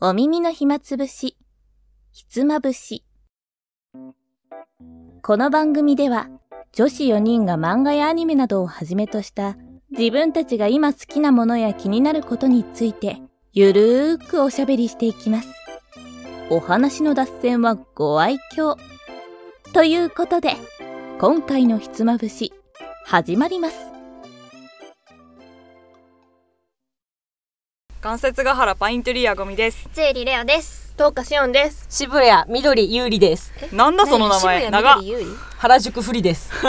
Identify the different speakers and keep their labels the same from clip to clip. Speaker 1: お耳の暇つぶし、ひつまぶし。この番組では、女子4人が漫画やアニメなどをはじめとした、自分たちが今好きなものや気になることについて、ゆるーくおしゃべりしていきます。お話の脱線はご愛嬌。ということで、今回のひつまぶし、始まります。
Speaker 2: 関節ヶ原パイントリアゴミです。
Speaker 3: ジュエリレオです。
Speaker 4: トーカシオンです。
Speaker 5: 渋谷緑有利です
Speaker 2: なんだその名前、
Speaker 3: 何
Speaker 2: 長っ。
Speaker 3: 渋谷み
Speaker 5: 原宿不利です
Speaker 3: ど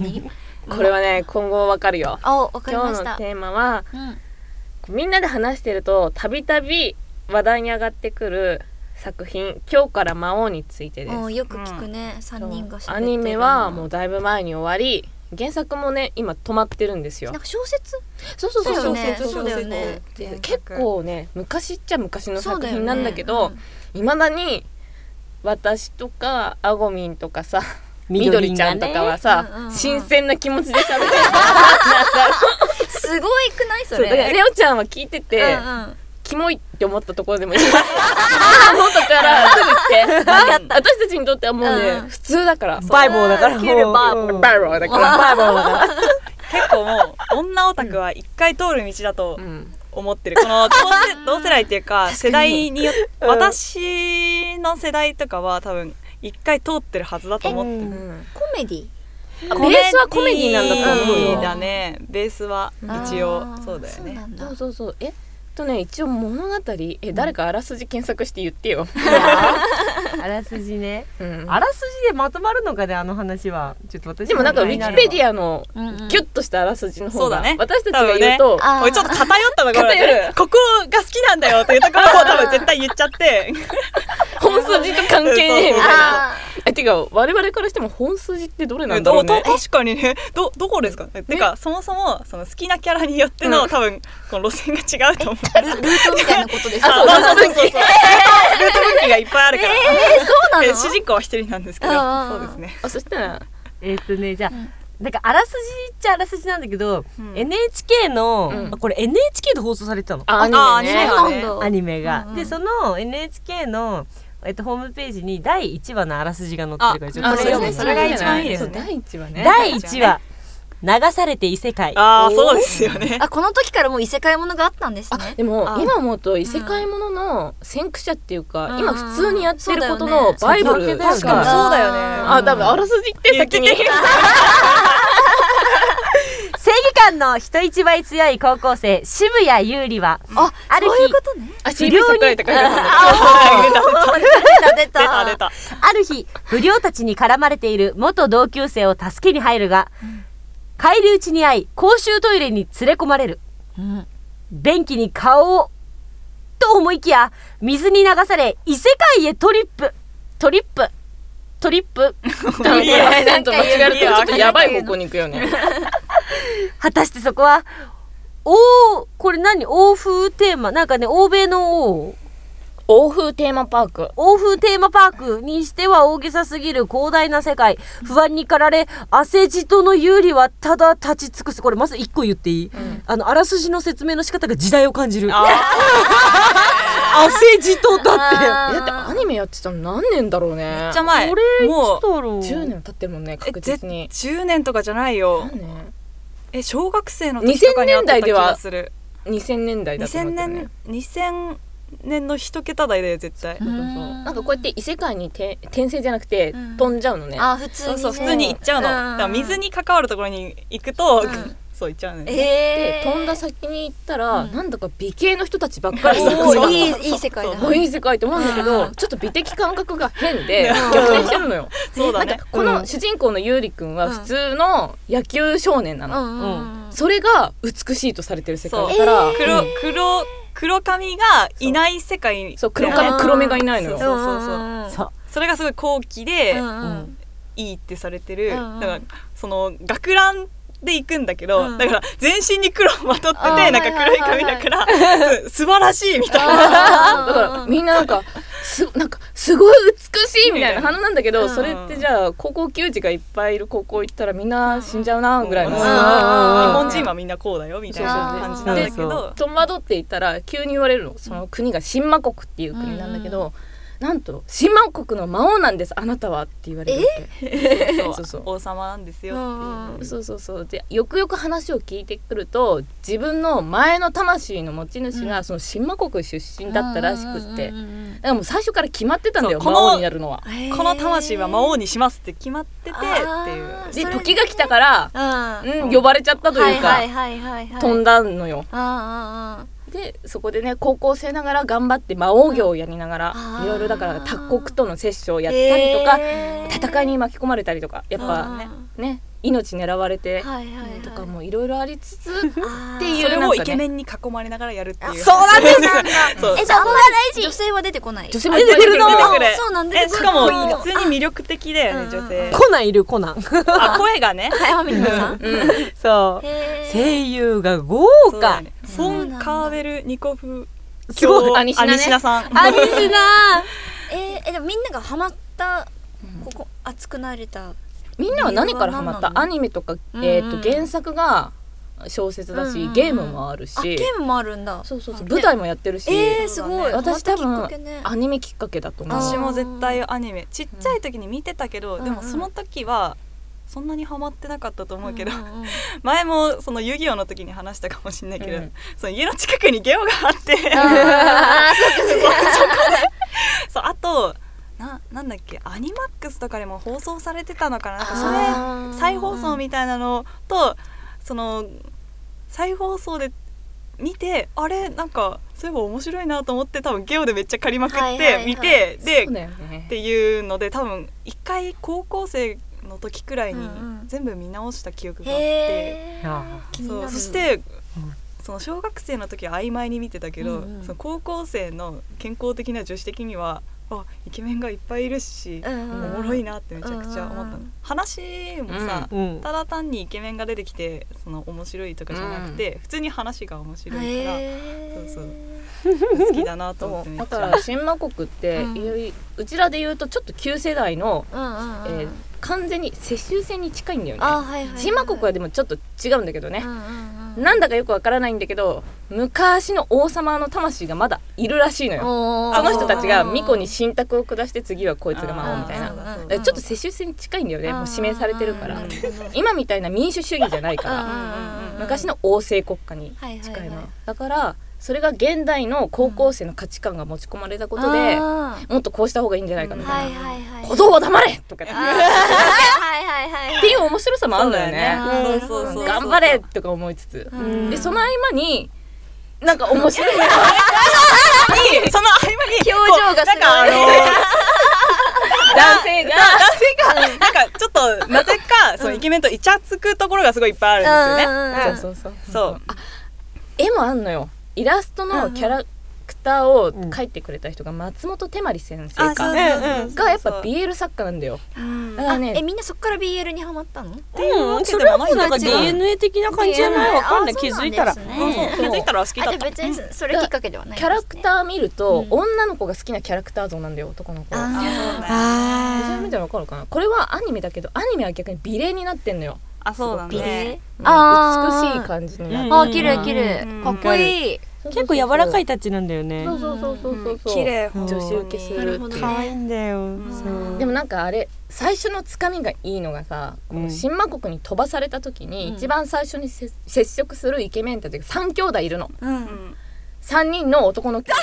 Speaker 3: りゆい何？
Speaker 4: これはね、今後わかるよ。
Speaker 3: あ、わかり
Speaker 4: 今
Speaker 3: ま
Speaker 4: 日
Speaker 3: し
Speaker 4: の
Speaker 3: た。
Speaker 4: テーマは、
Speaker 3: うん
Speaker 4: みんなで話してると、たびたび話題に上がってくる作品、今日から魔王についてです。
Speaker 3: もうよく聞くね、三、人が喋ってる。
Speaker 4: アニメはもうだいぶ前に終わり、原作もね、今止まってるんですよ
Speaker 3: なん。か小説？
Speaker 4: そうそう
Speaker 3: そう
Speaker 4: そう
Speaker 3: だよね
Speaker 4: そうそう
Speaker 3: そうだよね
Speaker 4: で結構ね、昔っちゃ昔の
Speaker 3: そう
Speaker 4: 作
Speaker 3: だよね
Speaker 4: 品なんだけど、いまだに私とかあごみんとかさ、みどりちゃんとかはさ、
Speaker 3: うんうんうん
Speaker 4: 新鮮な気持ちで喋ってる
Speaker 3: すごいくないそ
Speaker 4: そうだから
Speaker 3: れ？
Speaker 4: レオちゃんは聞いてて、
Speaker 3: うんうん。
Speaker 4: キモいって思ったところでもいい思ったからすぐ言って私たちにとってはもうね、
Speaker 3: うん
Speaker 4: 普通だから
Speaker 5: バイボーだから
Speaker 4: キルバー
Speaker 5: うん
Speaker 4: バイボーだから
Speaker 5: バイボーだから
Speaker 2: 結構もう、女オタクは一回通る道だと
Speaker 4: うん
Speaker 2: 思ってる。この同 世同世代っていうか、世代によって、私の世代とかは多分、一回通ってるはずだと思って
Speaker 4: う
Speaker 2: る。
Speaker 4: ん
Speaker 3: コメディ？
Speaker 4: あベースはコメディなんだと思う
Speaker 2: コメデ
Speaker 4: よ
Speaker 2: ィだね。ベースは一応
Speaker 3: あ、ー
Speaker 2: そうだよ
Speaker 3: そうな
Speaker 2: ね。
Speaker 3: んだ
Speaker 4: そうそうそうえっとね一応物語え誰かあらすじ検索して言ってよ、
Speaker 6: あらすじね。
Speaker 4: うん
Speaker 6: あらすじでまとまるのかね、あの話は。ちょっと私
Speaker 4: でもなんかウィキペディアの
Speaker 3: うんうん
Speaker 4: キュッとしたあらすじの
Speaker 2: そ
Speaker 4: 方
Speaker 2: うだ
Speaker 4: が、
Speaker 2: ね
Speaker 4: 私たちが言うと、
Speaker 3: あー
Speaker 2: これちょっと偏ったのが
Speaker 4: 偏る
Speaker 2: ここが好きなんだよっていうところを多分絶対言っちゃって。
Speaker 4: 本筋と関係ねえみたいな
Speaker 3: あ
Speaker 4: えてか我々からしても本筋ってどれ なんだろ
Speaker 2: ど
Speaker 4: うね
Speaker 2: 確かにねどどこですかねてかそもそもその好きなキャラによっての、
Speaker 4: うん
Speaker 2: 多分この路線が違うと思う
Speaker 3: ールルートみたいなことですか？
Speaker 2: そうそうそう そうルート武器がいっぱいあるから、
Speaker 3: そうな
Speaker 2: で
Speaker 3: の？
Speaker 2: 主人公は一人なんですけど
Speaker 3: あー
Speaker 2: そうですね
Speaker 4: あそしたら
Speaker 6: えっとね、じゃあ、なんかあらすじっちゃあらすじなんだけど、
Speaker 2: うん
Speaker 6: NHK の、
Speaker 4: うん
Speaker 6: あこれ NHK で放送されてたの。
Speaker 4: あアニ
Speaker 2: あアニ
Speaker 4: メ
Speaker 2: メ
Speaker 4: ね
Speaker 2: が
Speaker 3: そうなんだ。
Speaker 6: アニメが、
Speaker 3: うんうん
Speaker 6: でその NHK の、えっと、ホームページに第1話のあらすじが載ってるからちょっ
Speaker 2: あ
Speaker 6: とこれ
Speaker 2: あ
Speaker 6: 読む
Speaker 2: ね
Speaker 6: ね
Speaker 2: それが一番いいですね
Speaker 4: そう第一話ね。
Speaker 6: 第1話「流されて異世界」
Speaker 2: ああそうですよね
Speaker 3: あ、この時からもう異世界ものがあったんです
Speaker 4: あ
Speaker 3: ね。
Speaker 4: でも
Speaker 2: あ
Speaker 4: 今思うと異世界ものの先駆者っていうか、
Speaker 3: うん
Speaker 4: 今普通にやってること
Speaker 3: そうだよ
Speaker 4: の
Speaker 3: ね
Speaker 4: バイブル、
Speaker 6: そうだよね
Speaker 4: 確か
Speaker 6: 確
Speaker 2: そうだよね
Speaker 4: あ多分あらすじって先に
Speaker 2: 言って
Speaker 6: 正義感の人一倍強い高校生渋谷優里は
Speaker 3: あ、
Speaker 6: ある
Speaker 3: そういう
Speaker 6: 日
Speaker 3: ことね。
Speaker 4: あ CV 桜井とか言ってた
Speaker 3: 出た
Speaker 2: 出た出。た
Speaker 6: ある日不良たちに絡まれている元同級生を助けに入るが、返り討ちに遭い公衆トイレに連れ込まれる、便器に顔をと思いきや水に流され異世界へトリップトリップトリップ
Speaker 4: ダメだねなんと間違えるとちょっとやばい方向に行くよね。
Speaker 6: 果たしてそこはおこれ何欧風テーマなんかね欧米の王
Speaker 4: 欧風テーマパーク。
Speaker 6: 欧風テーマパークにしては大げさすぎる広大な世界不安に駆られ汗じとの有利はただ立ち尽くすこれまず一個言っていい、あのあらすじの説明の仕方が時代を感じる
Speaker 2: あ
Speaker 6: 汗じとだっ
Speaker 4: だってアニメやってたの何年だろうね。
Speaker 2: ーめっちゃ前
Speaker 6: これ
Speaker 2: もう
Speaker 6: て
Speaker 4: 10年は経ってるもんね
Speaker 2: え
Speaker 4: 確
Speaker 2: ぜ
Speaker 4: 実に。
Speaker 2: 10年とかじゃないよ
Speaker 4: 何年
Speaker 2: え小学生の時とかにあった気がする
Speaker 4: ?2000 年代だと思
Speaker 2: 2000
Speaker 4: うけどね
Speaker 2: 年。2000年の一桁台だよ絶対
Speaker 4: そうそうそうなんかこうやって異世界にて転生じゃなくて
Speaker 3: うん
Speaker 4: 飛んじゃうのね。
Speaker 3: あ、普通に
Speaker 2: そ
Speaker 3: ね。
Speaker 2: うそう普通に行っちゃうの、
Speaker 3: うん
Speaker 2: だから水に関わるところに行くと、
Speaker 3: うん
Speaker 2: そう行っちゃうのね
Speaker 3: え
Speaker 4: で
Speaker 3: え。
Speaker 4: 飛んだ先に行ったら、
Speaker 3: うん
Speaker 4: なんだか美形の人たちばっかりだ
Speaker 2: おー
Speaker 4: か
Speaker 3: いいいい世界だ。
Speaker 4: らいい世界って思うんだけど、
Speaker 3: うん
Speaker 4: ちょっと美的感覚が変で逆転してるのよ。
Speaker 2: そうだ
Speaker 4: なん
Speaker 2: ね
Speaker 4: かこの主人公のゆうりくんは普通の野球少年な
Speaker 3: う
Speaker 4: の。
Speaker 3: んうんうん。
Speaker 4: それが美しいとされてる世界
Speaker 2: そう
Speaker 4: だから、
Speaker 2: 黒黒黒髪がいない世界
Speaker 4: そう黒
Speaker 2: だよ
Speaker 4: 髪
Speaker 2: ね
Speaker 4: 黒目がいないのよ。
Speaker 2: そうそうそう
Speaker 6: そう
Speaker 2: それがすごい高貴で、
Speaker 3: うんうん
Speaker 2: いいってされてる、
Speaker 3: うんうん
Speaker 2: だからその学ランで行くんだけど、
Speaker 3: うん
Speaker 2: だから全身に黒をまとってて
Speaker 3: あー
Speaker 2: なんか黒い髪だから、うん素晴らしいみたいな
Speaker 3: あ
Speaker 4: だからみんななんかすなんかすごい美しいみたいな
Speaker 2: みたいな
Speaker 4: 花なんだけど、
Speaker 2: うん
Speaker 4: それってじゃあ高校球児がいっぱいいる高校行ったらみんな死んじゃうなぐらいの、
Speaker 2: うん
Speaker 4: そう
Speaker 2: 日
Speaker 3: あー
Speaker 2: 本人はみんなこうだよみたいな感じなんだけ
Speaker 7: そうそう
Speaker 2: ど
Speaker 4: 戸惑っていたら急に言われるのその国が新魔国っていう国なんだけど、なんと新魔国の魔王なんですあなたはって言われるわけ
Speaker 2: そう
Speaker 4: そうそう
Speaker 2: 王様なんですよっていう
Speaker 4: そうそうそうでよくよく話を聞いてくると自分の前の魂の持ち主がその新魔国出身だったらしくって、だからもう最初から決まってたんだよ
Speaker 2: そうこの
Speaker 4: 魔王になるのは。
Speaker 2: この魂は魔
Speaker 3: 王
Speaker 2: 王にしますって決まっててって
Speaker 3: あー
Speaker 2: いう
Speaker 4: で
Speaker 3: それ
Speaker 4: 時が来たから、
Speaker 3: うん
Speaker 4: うん、呼ばれちゃったというか、
Speaker 3: はいはいはいはい
Speaker 4: 飛んだ
Speaker 3: だ
Speaker 4: のよ。
Speaker 3: あーあーあー
Speaker 4: でそこでね高校生ながら頑張って魔王業をやりながら
Speaker 3: あー
Speaker 4: いろいろだから他国との接種をやったりとか、
Speaker 3: えー
Speaker 4: 戦いに巻き込まれたりとかやっぱ
Speaker 3: ね
Speaker 4: ね命狙われて
Speaker 3: はいはいはい
Speaker 4: とかもいろいろありつつ
Speaker 3: あー
Speaker 4: っていう
Speaker 2: それ
Speaker 4: なん
Speaker 2: を
Speaker 4: か
Speaker 2: イ
Speaker 4: ね
Speaker 2: ケメンに囲まれながらやるっていう
Speaker 6: そうなんです
Speaker 2: そう
Speaker 3: えじゃああんまり女性は出てこない
Speaker 4: 女性も出てくるの
Speaker 2: 出て
Speaker 3: あ
Speaker 2: くる
Speaker 3: そうなんで
Speaker 2: え
Speaker 3: す
Speaker 2: しかも
Speaker 3: うん
Speaker 2: 普通に魅力的だよね
Speaker 3: うん
Speaker 2: 女性
Speaker 6: コナンいるコナン
Speaker 2: あ声がね
Speaker 3: はい天海奈々さん
Speaker 6: そう
Speaker 3: へー
Speaker 6: 声優が豪
Speaker 2: そうだ
Speaker 6: 華
Speaker 2: よねフォン・カーベル・ニコフ
Speaker 4: すごい
Speaker 2: 卿
Speaker 4: アニシナね
Speaker 2: アニシナさん
Speaker 6: アニシナ
Speaker 3: えーえでもみんながハマったここ熱くなれた
Speaker 4: みんなは何からハマっ
Speaker 3: 理由は
Speaker 4: た
Speaker 3: 何なの
Speaker 4: アニメとか、
Speaker 3: うん
Speaker 4: えー、と原作が小説だし、
Speaker 3: うんうんうん
Speaker 4: ゲームもあるし
Speaker 3: あゲームもあるんだ
Speaker 4: そうそうそう
Speaker 3: あ
Speaker 4: 舞台もやってるし、
Speaker 3: えーすごい
Speaker 4: 私多分
Speaker 3: ハマったきっかけね
Speaker 4: アニメきっかけだと思う
Speaker 2: 私も絶対アニメちっちゃい時に見てたけど、
Speaker 3: うん
Speaker 2: でもその時はそんなにハマってなかったと思うけど、
Speaker 3: んんうん
Speaker 2: 前もその遊戯王の時に話したかもしれないけど、
Speaker 4: うん
Speaker 2: その家の近くにゲオがあって
Speaker 3: あー
Speaker 2: そうあとななんだっけアニマックスとかでも放送されてたのかななんか
Speaker 3: あ
Speaker 2: そ
Speaker 3: ー
Speaker 2: れ再放送みたいなのとその再放送で見てあれなんかそういえば面白いなと思って多分ゲオでめっちゃ借りまくって、
Speaker 3: はいはいはい
Speaker 2: 見てで
Speaker 4: そうだよ
Speaker 2: っ
Speaker 4: ね
Speaker 2: ていうので多分一回高校生の時くらいに
Speaker 3: うんうん
Speaker 2: 全部見直した記憶があって、
Speaker 3: へ
Speaker 6: いや
Speaker 3: ー気にな
Speaker 2: そう
Speaker 3: る
Speaker 2: そして、その小学生の時は曖昧に見てたけど、
Speaker 3: うんうん
Speaker 2: その高校生の健康的な女子的にはあイケメンがいっぱいいるし、
Speaker 3: うんうんうん
Speaker 2: おもろいなってめちゃくちゃ思ったの、
Speaker 3: うんうんうん
Speaker 2: 話もさ、
Speaker 6: うん
Speaker 2: ただ単にイケメンが出てきてその面白いとかじゃなくて、普通に話が面白いから
Speaker 3: へー
Speaker 2: そう好きだなと思
Speaker 4: そ
Speaker 2: っ
Speaker 4: う
Speaker 2: てめ
Speaker 4: だ
Speaker 2: っち
Speaker 4: か
Speaker 2: ゃ
Speaker 4: ら新魔国って、
Speaker 3: うん
Speaker 4: いううちらで言うとちょっと旧世代の、
Speaker 3: うんうんうん
Speaker 4: えー完全に世襲制に近いんだよ
Speaker 3: あー
Speaker 4: ね
Speaker 3: はいはい
Speaker 4: 新魔国はでもちょっと違うんだけどね
Speaker 3: う、んうんうん
Speaker 4: なんだかよくわからないんだけど昔の王様の魂がまだいるらしいのよ
Speaker 3: おー
Speaker 4: その人たちが巫女に信託を下して次はこいつが魔王みたいな
Speaker 3: あー
Speaker 4: だ
Speaker 3: うんうんうん
Speaker 4: からちょっと世襲制に近いんだよねもう指名されてるから
Speaker 3: うんうんうん
Speaker 4: 今みたいな民主主義じゃないから
Speaker 3: うんうんうんうん
Speaker 4: 昔の王政国家に
Speaker 3: はいは
Speaker 4: 近い
Speaker 3: い
Speaker 4: の
Speaker 3: はい
Speaker 4: よだからそれが現代の高校生の価値観が持ち込まれたことで
Speaker 3: あー
Speaker 4: もっとこうした方がいいんじゃないかみた
Speaker 3: はいい
Speaker 4: な
Speaker 3: はい
Speaker 4: 「
Speaker 3: はい
Speaker 4: 小僧は黙れ!」とかっ
Speaker 3: あーはいはい はい
Speaker 4: ていう面白さもあるんだよね
Speaker 2: そうだよね
Speaker 3: うん
Speaker 2: そうそうそう
Speaker 4: 頑張れとか思いつつ
Speaker 3: うん
Speaker 4: でその合間になんか面 白いな
Speaker 2: その合間に
Speaker 3: 表情がすごい
Speaker 2: こうなんかあの
Speaker 4: 男性が
Speaker 2: なんかちょっとなぜかそのイケメンとイチャつくところがすごいいっぱいあるんですよ
Speaker 3: う
Speaker 2: ね。
Speaker 3: んうんうん
Speaker 4: そうそうそう
Speaker 2: そう
Speaker 4: 絵もあんのよイラストのキャラクターを描いてくれた人が松本手まり先生
Speaker 2: あ
Speaker 4: か、
Speaker 2: そうそうそう
Speaker 4: がやっぱ BL 作家なんだよ
Speaker 3: うん
Speaker 4: だからね
Speaker 3: あえみんなそっから BL にハマったの
Speaker 2: っていうわけ
Speaker 6: そ
Speaker 2: で
Speaker 6: れは
Speaker 2: も
Speaker 6: も
Speaker 2: な
Speaker 6: う
Speaker 2: い
Speaker 6: ん
Speaker 2: だ
Speaker 6: なんか
Speaker 2: けど、うん
Speaker 6: DNA 的な感じじゃないわかんない
Speaker 3: あ
Speaker 6: 気
Speaker 3: ーそう
Speaker 6: づ
Speaker 3: ないん
Speaker 6: たら
Speaker 3: です
Speaker 2: そう
Speaker 3: ね
Speaker 2: 気づいたら好き
Speaker 3: あ
Speaker 2: だ
Speaker 3: じ
Speaker 2: っ
Speaker 3: ゃあ別にそれきっかけではない
Speaker 4: キャラクター見ると、
Speaker 3: うん
Speaker 4: 女の子が好きなキャラクター像なんだよ男の子は
Speaker 2: た。
Speaker 6: あ
Speaker 4: それ見たらわかるかなこれはアニメだけどアニメは逆に美麗になってんのよ、
Speaker 2: あ、そうだ
Speaker 3: 美
Speaker 2: ね。
Speaker 3: 麗
Speaker 4: うん
Speaker 3: あー
Speaker 4: 美しい感じになって
Speaker 6: うん
Speaker 3: あー綺麗綺麗
Speaker 2: うん
Speaker 3: かっこいい
Speaker 4: そうそうそう
Speaker 6: 結構柔らかいタッチなんだよね
Speaker 4: そうそうそうそうそうそう
Speaker 2: 綺麗。
Speaker 6: ん
Speaker 4: 女子受けす
Speaker 3: なる
Speaker 4: る
Speaker 3: ほど
Speaker 4: っていう
Speaker 3: ね
Speaker 6: 可愛いんだよ
Speaker 2: ん
Speaker 6: そう
Speaker 4: でもなんかあれ最初のつかみがいいのがさ、こ
Speaker 6: う
Speaker 4: の
Speaker 6: ん
Speaker 4: 新魔国に飛ばされた時に、
Speaker 3: うん
Speaker 4: 一番最初にせ接触するイケメンたちが3兄弟いるの
Speaker 3: うん
Speaker 2: うん
Speaker 4: 3人の男の子
Speaker 2: こ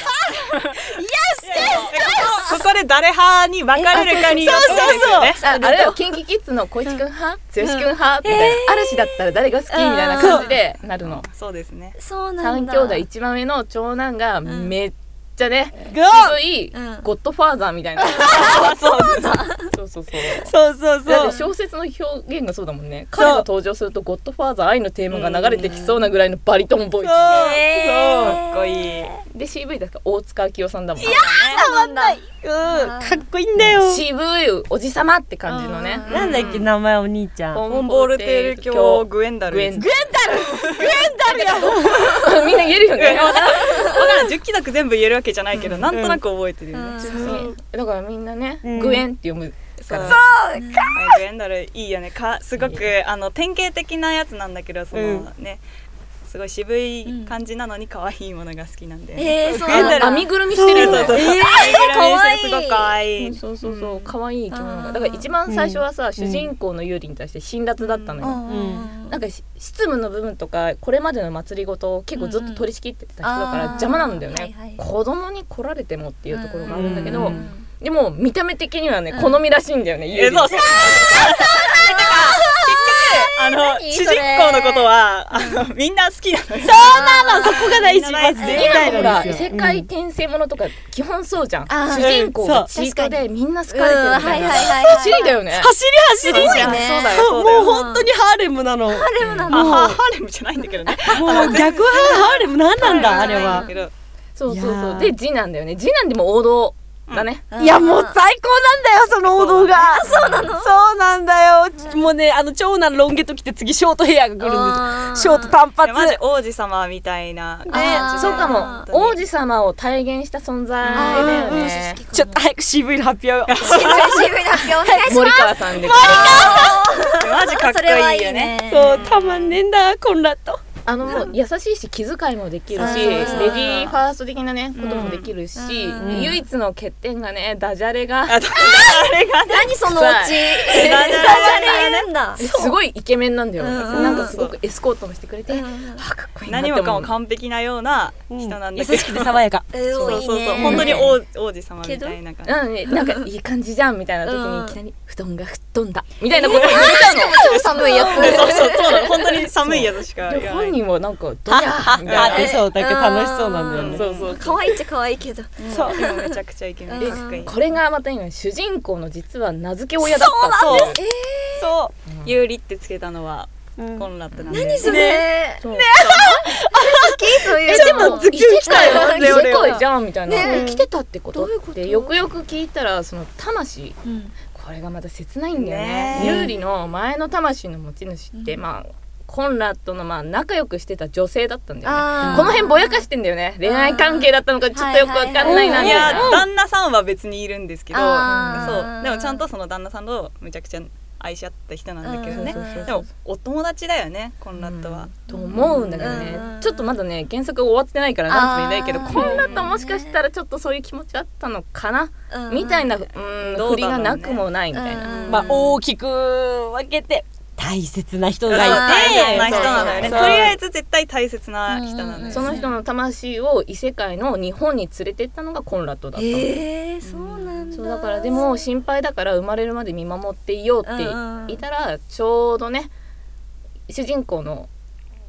Speaker 2: こで誰派に分かれるかによってですよね。
Speaker 4: ああれよキンキキッズの小一くん派剛くん派みたいな、嵐だったら誰が好きみたいな感じでなるの
Speaker 2: そうですね。
Speaker 3: そうなん
Speaker 4: 3
Speaker 3: だ
Speaker 4: 兄弟一番上の長男が
Speaker 3: ん
Speaker 4: めっちゃね、
Speaker 6: が
Speaker 4: すごい
Speaker 3: うん
Speaker 4: ゴッドファーザーみたいな、
Speaker 2: そ
Speaker 4: そ
Speaker 2: う
Speaker 4: うそうそう
Speaker 2: そうそう
Speaker 4: だって
Speaker 2: そう。
Speaker 4: 小説の表現がそうだもんね彼が登場すると「ゴッドファーザー愛のテーマが流れてきそうなぐらいのバリトンボイス
Speaker 2: そうかっこいい。
Speaker 4: で CV だから大塚明夫さんだもん
Speaker 3: そうなんだ
Speaker 6: かっこいいんだよ
Speaker 4: 渋いおじさまって感じのね
Speaker 6: なんだっけ名前お兄ちゃん
Speaker 2: モンボルテル教グエンダル。
Speaker 4: グエンダルみんな言えるよね
Speaker 2: だから十期諾全部言えるわけじゃないけど、なんとなく覚えてるよね。
Speaker 4: そうだからみんなね
Speaker 6: うん
Speaker 4: グエンって読むから
Speaker 2: そうグエンドルいいよねかすごくあの典型的なやつなんだけどその、ねすごい渋い感じなのに可愛いものが好きなんで、
Speaker 3: ええー、そう
Speaker 2: グエン
Speaker 3: な
Speaker 2: ド
Speaker 3: ん
Speaker 2: ル
Speaker 3: だ。
Speaker 4: 編みぐるみしてるよね
Speaker 2: そうそうそう編みぐるみしてるすごく可愛い、
Speaker 4: うんそうそうそう可愛い生き物
Speaker 3: あ
Speaker 4: が
Speaker 3: ー
Speaker 4: だから一番最初はさ主人公の有利に対して辛辣だったのよ
Speaker 3: うん
Speaker 4: なんかし執務の部分とかこれまでの祭りごとを結構ずっと取り仕切ってた人だから
Speaker 3: うんうん
Speaker 4: 邪魔なんだよ
Speaker 3: あー
Speaker 4: ね
Speaker 3: はいはい
Speaker 4: 子供に来られてもっていうところがあるんだけ
Speaker 6: うんう
Speaker 4: ど
Speaker 6: ん
Speaker 4: でも見た目的にはね好みらしいんだよね
Speaker 2: え
Speaker 4: 有利
Speaker 2: そうそうあの
Speaker 3: 何
Speaker 2: 主人
Speaker 3: それ
Speaker 2: 公のことはあのみんな好きなのよ
Speaker 6: そこが大事まず絶対
Speaker 4: ほ
Speaker 6: な
Speaker 4: ら
Speaker 6: ん
Speaker 4: 異
Speaker 6: ですよ
Speaker 4: 世界転生ものとか基本そうじゃん
Speaker 3: あー
Speaker 4: 主人公がチートでみんな好かれてるみたい
Speaker 3: うん
Speaker 4: な
Speaker 3: はいはいはいはい
Speaker 4: 走りだよね
Speaker 6: 走り走
Speaker 3: す
Speaker 6: り
Speaker 3: ごいね
Speaker 2: そうだよ
Speaker 6: そう
Speaker 2: そうだ
Speaker 6: もう
Speaker 2: よ
Speaker 6: 本当にハーレムなのもう
Speaker 3: でもな
Speaker 2: あ
Speaker 3: の。
Speaker 2: ハハーレムじゃないんだけどね
Speaker 6: 逆はハーレムなんなんだあれ
Speaker 2: ハーレムじゃないんだ
Speaker 6: は
Speaker 2: けど
Speaker 4: そうそう
Speaker 6: いや
Speaker 4: そう
Speaker 6: ー
Speaker 4: で次男だよね次男でも王道だね
Speaker 6: いやもう最高なんだよその王道がそうなのそうなんだよもうねあの長男ロン毛ときて次ショートヘアが来るん
Speaker 3: あー
Speaker 6: ですショート短
Speaker 2: いやマジ
Speaker 6: 髪
Speaker 2: 王子様みたいな
Speaker 3: あー
Speaker 4: そうか
Speaker 2: 本
Speaker 4: も
Speaker 2: 当に
Speaker 4: 王子様を体現した存在だよ
Speaker 3: あー
Speaker 4: ね
Speaker 3: 私好きかも
Speaker 6: ちょっと早く渋いの発表
Speaker 3: 渋いな表お願いし
Speaker 4: 森川さんで
Speaker 2: マジかっ
Speaker 3: ます。
Speaker 2: こ
Speaker 3: それはい
Speaker 2: い
Speaker 3: い
Speaker 2: よね
Speaker 3: ね。
Speaker 6: そうたまんねえんだコンラッド
Speaker 4: あのもう優しいし気遣いもできるしレ
Speaker 3: そう
Speaker 4: デ
Speaker 3: そうそう
Speaker 4: ィーファースト的なねこともできるし
Speaker 3: うん
Speaker 4: 唯一の欠点がねダジャレが
Speaker 2: あれがね
Speaker 3: 何そのオチ。え
Speaker 2: ダジャレ
Speaker 3: れんだ。
Speaker 4: すごいイケメンなんだよ
Speaker 3: うんうん
Speaker 4: なんかすごくエスコートもしてくれて
Speaker 3: うん
Speaker 4: あーかっこいいなって
Speaker 2: 何
Speaker 4: 思う
Speaker 2: もかも完璧なような人なんだけど、
Speaker 6: 爽やか
Speaker 3: えー、
Speaker 2: そう
Speaker 3: 多
Speaker 2: そう
Speaker 3: い
Speaker 2: そう
Speaker 3: ね。
Speaker 2: 本当に王王子様みたいな感じ
Speaker 4: うんねなんかいい感じじゃんみたいな時
Speaker 3: う
Speaker 4: にい
Speaker 3: ん
Speaker 4: きなり布団が吹っ飛んだみたいなことを言っちゃうの
Speaker 3: 超寒いやつ。
Speaker 2: そうそうそうなの本当に寒いやつしか
Speaker 4: で
Speaker 2: 言わ
Speaker 4: 本
Speaker 2: ない
Speaker 4: 人はなんかドヤーみ たい
Speaker 6: あ
Speaker 4: な
Speaker 6: でそうだけど楽しそうなんだよ
Speaker 2: うん
Speaker 6: ね
Speaker 2: そうそう
Speaker 3: 可愛いっちゃ可愛いけど。
Speaker 2: そうでもめちゃくちゃイケメン
Speaker 3: うん
Speaker 2: かっこいい
Speaker 4: これがまた今主人公の実は名付け親だった
Speaker 2: そう
Speaker 3: え
Speaker 6: そ
Speaker 2: 有利ってつけたのは
Speaker 6: ううん
Speaker 2: コンラッドなんで
Speaker 3: ー、それ。
Speaker 4: そう
Speaker 3: 好きそういう
Speaker 4: え
Speaker 3: の。
Speaker 4: でも
Speaker 3: ず
Speaker 4: 異世界
Speaker 3: なんだ
Speaker 4: 異
Speaker 3: よ俺
Speaker 4: 世
Speaker 3: は
Speaker 4: 界じゃんみたいな、
Speaker 3: ね
Speaker 4: 来てたってこと
Speaker 3: どういうこと
Speaker 4: ってよくよく聞いたらその魂これがまた切ないんだよね
Speaker 2: ねえ
Speaker 4: 有利の前の魂の持ち主って、まあコンラッドのまあ仲良くしてた女性だったんだよね
Speaker 3: あー
Speaker 4: この辺ぼやかしてんだよね恋愛関係だったのかちょっとよくわかんないなみ
Speaker 3: うん
Speaker 4: た
Speaker 2: いや
Speaker 4: いな
Speaker 2: 旦那さんは別にいるんですけどそ
Speaker 3: あー
Speaker 2: うでもちゃんとその旦那さんとめちゃくちゃ愛し合った人なんだけどね
Speaker 3: うんそうそうそう
Speaker 2: でもお友達だよねコンラッドは。
Speaker 4: と思うんだけどね
Speaker 3: うん
Speaker 4: ちょっとまだね原作終わってないからなんとも言えないけど
Speaker 3: あー
Speaker 4: コンラッドもしかしたらちょっとそういう気持ちあったのかな
Speaker 3: うん
Speaker 4: みたいな、う
Speaker 2: ど
Speaker 4: ん、
Speaker 2: う
Speaker 4: 振り
Speaker 2: だろ
Speaker 4: が
Speaker 2: うね
Speaker 4: なくもないみたいな。
Speaker 3: うん
Speaker 6: まあ大きく分けて大切な人
Speaker 2: そう
Speaker 6: がいて
Speaker 2: 大切な人なのよね
Speaker 4: そ
Speaker 2: と
Speaker 4: う
Speaker 2: りあえず絶対大切な人なのよ
Speaker 4: その人の魂を異世界の日本に連れてったのがコンラッドだったの、
Speaker 3: えー、そうなんだ。
Speaker 4: そうだからでも心配だから生まれるまで見守っていようって
Speaker 3: うんうん
Speaker 4: いたらちょうどね主人公の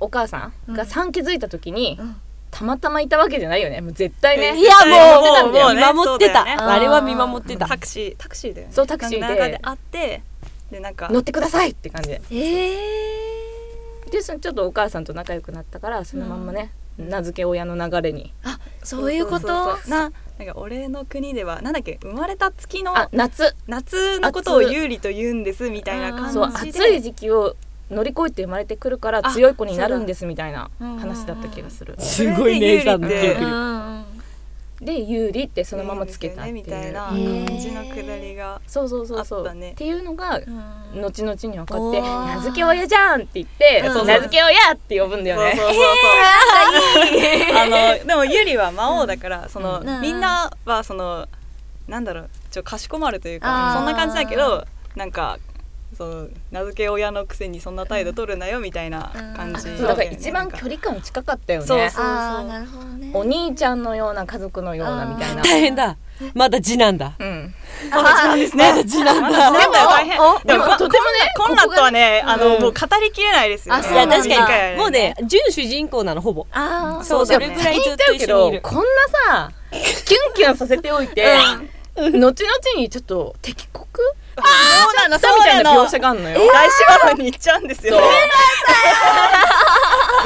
Speaker 4: お母さんが産気づいた時に、
Speaker 3: ん
Speaker 4: たまたまいたわけじゃないよねもう絶対ね
Speaker 6: いやもう
Speaker 2: もうもうね
Speaker 6: 見守ってた
Speaker 2: そうだよね
Speaker 6: あれは見守ってた
Speaker 2: タクシータクシーだよね
Speaker 4: そうタクシーで
Speaker 2: なんか中で会ってでなんか
Speaker 4: 乗ってくださいって感じで
Speaker 3: え
Speaker 4: でそのちょっとお母さんと仲良くなったからそのまんまね、名付け親の流れに
Speaker 3: ー、そういうこ
Speaker 2: そ
Speaker 3: と
Speaker 2: うそうそうななんか俺の国ではなんだっけ生まれた月の
Speaker 4: あ夏
Speaker 2: 夏のことを有利と言うんですみたいな感じ
Speaker 4: そう
Speaker 2: で
Speaker 4: 暑い時期を乗り越えて生まれてくるから強い子になるんですみたいな話だった気がする。
Speaker 6: すごい姉さんの記憶
Speaker 2: う
Speaker 6: 力
Speaker 4: で有利ってそのままつけたっていう
Speaker 2: みたいな
Speaker 4: うん
Speaker 2: 感じのくだりが
Speaker 4: そうそうそうそう
Speaker 2: あったね
Speaker 4: っていうのが後々に分かっ
Speaker 3: お
Speaker 4: て「
Speaker 3: ー
Speaker 4: 名付け親じゃん!」って言って
Speaker 2: そう
Speaker 4: 「
Speaker 2: そう
Speaker 4: 名付け親!」って呼ぶんだよ
Speaker 2: そう
Speaker 4: ね。
Speaker 2: そうそうそう。 あのでもゆりは魔王だから、その、
Speaker 3: うん
Speaker 2: みんなはそのなんだろうちょかしこまるという
Speaker 3: あー
Speaker 2: かそんな感じだけどなんかその名付け親のくせにそんな態度取るなよみたいな感じ、
Speaker 4: そうだから一番距離感近かったよ
Speaker 2: そう
Speaker 4: ね
Speaker 2: そ。
Speaker 3: あーなるほどね
Speaker 4: お兄ちゃんのような家族のようなみたいな。
Speaker 6: 大変だまだ次男だ
Speaker 4: うん、
Speaker 2: なんですね。次男だ。でも大変。
Speaker 4: で
Speaker 2: で
Speaker 4: も
Speaker 2: も
Speaker 4: とてもね
Speaker 2: コンラットはね、あの、もう語りきれないですよ、ね。
Speaker 3: あ
Speaker 6: いや確
Speaker 2: 一回
Speaker 6: か
Speaker 2: は
Speaker 6: にもうね準主人公なのほぼ
Speaker 3: あー
Speaker 6: そう
Speaker 2: だ
Speaker 6: そ
Speaker 2: ね
Speaker 6: れぐらいず
Speaker 4: 言
Speaker 6: っ
Speaker 4: っちゃ
Speaker 6: と
Speaker 4: うけ
Speaker 6: 一緒
Speaker 4: ど
Speaker 6: にいる
Speaker 4: こんなさキュンキュンさせておいて、後々にちょっと敵国
Speaker 2: そうなの、
Speaker 4: だみたいな
Speaker 2: そ
Speaker 4: 描
Speaker 2: うな
Speaker 4: 写
Speaker 2: の
Speaker 4: があるのよ。
Speaker 2: 来週頃に行っちゃうんですよ。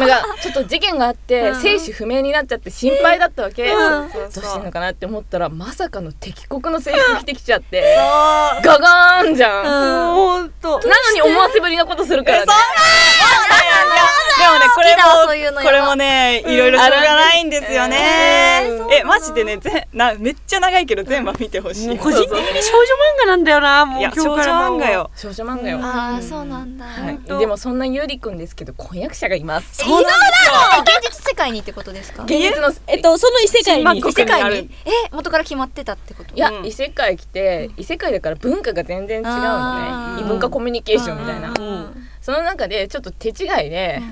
Speaker 4: なんかちょっと事件があって、生死不明になっちゃって心配だったわけ、ど
Speaker 2: そう
Speaker 4: う
Speaker 2: そう
Speaker 4: して
Speaker 2: そ
Speaker 4: ん
Speaker 2: う
Speaker 4: の。かなって思ったらまさかの敵国の制服着てきちゃってガガーンじゃん、
Speaker 6: ほん
Speaker 4: な
Speaker 6: と
Speaker 4: のに思わせぶりなことするからね
Speaker 2: でもねこれ
Speaker 3: 好きだわ
Speaker 2: も
Speaker 3: そういうの
Speaker 2: これもねいろいろしょうがないんですよね
Speaker 3: えーそうなの
Speaker 2: えマジでねぜなめっちゃ長いけど全部見てほしい、
Speaker 6: 個人的に少女漫画なんだよなも
Speaker 2: いうや
Speaker 6: 今日
Speaker 2: 少女
Speaker 6: から
Speaker 2: 漫画よ
Speaker 4: 少女漫画よ。
Speaker 3: ああそうなんだ、
Speaker 4: はい、でもそんなゆりくんですけど婚約者がいます。
Speaker 3: そうなの現実世界にってことですか
Speaker 4: 現実の
Speaker 6: えっとその異世界
Speaker 3: 異
Speaker 6: に
Speaker 2: 異
Speaker 3: 世
Speaker 2: 世界にあ
Speaker 3: 界
Speaker 2: る
Speaker 3: にえ元から決まってたってこと
Speaker 4: いや、
Speaker 2: うん
Speaker 4: 異世界来て異世界だから文化が全然違うの
Speaker 3: あ
Speaker 4: ね
Speaker 3: ー
Speaker 4: 異文化コミュニケーションみたいな
Speaker 3: うんうんうん
Speaker 4: その中でちょっと手違いで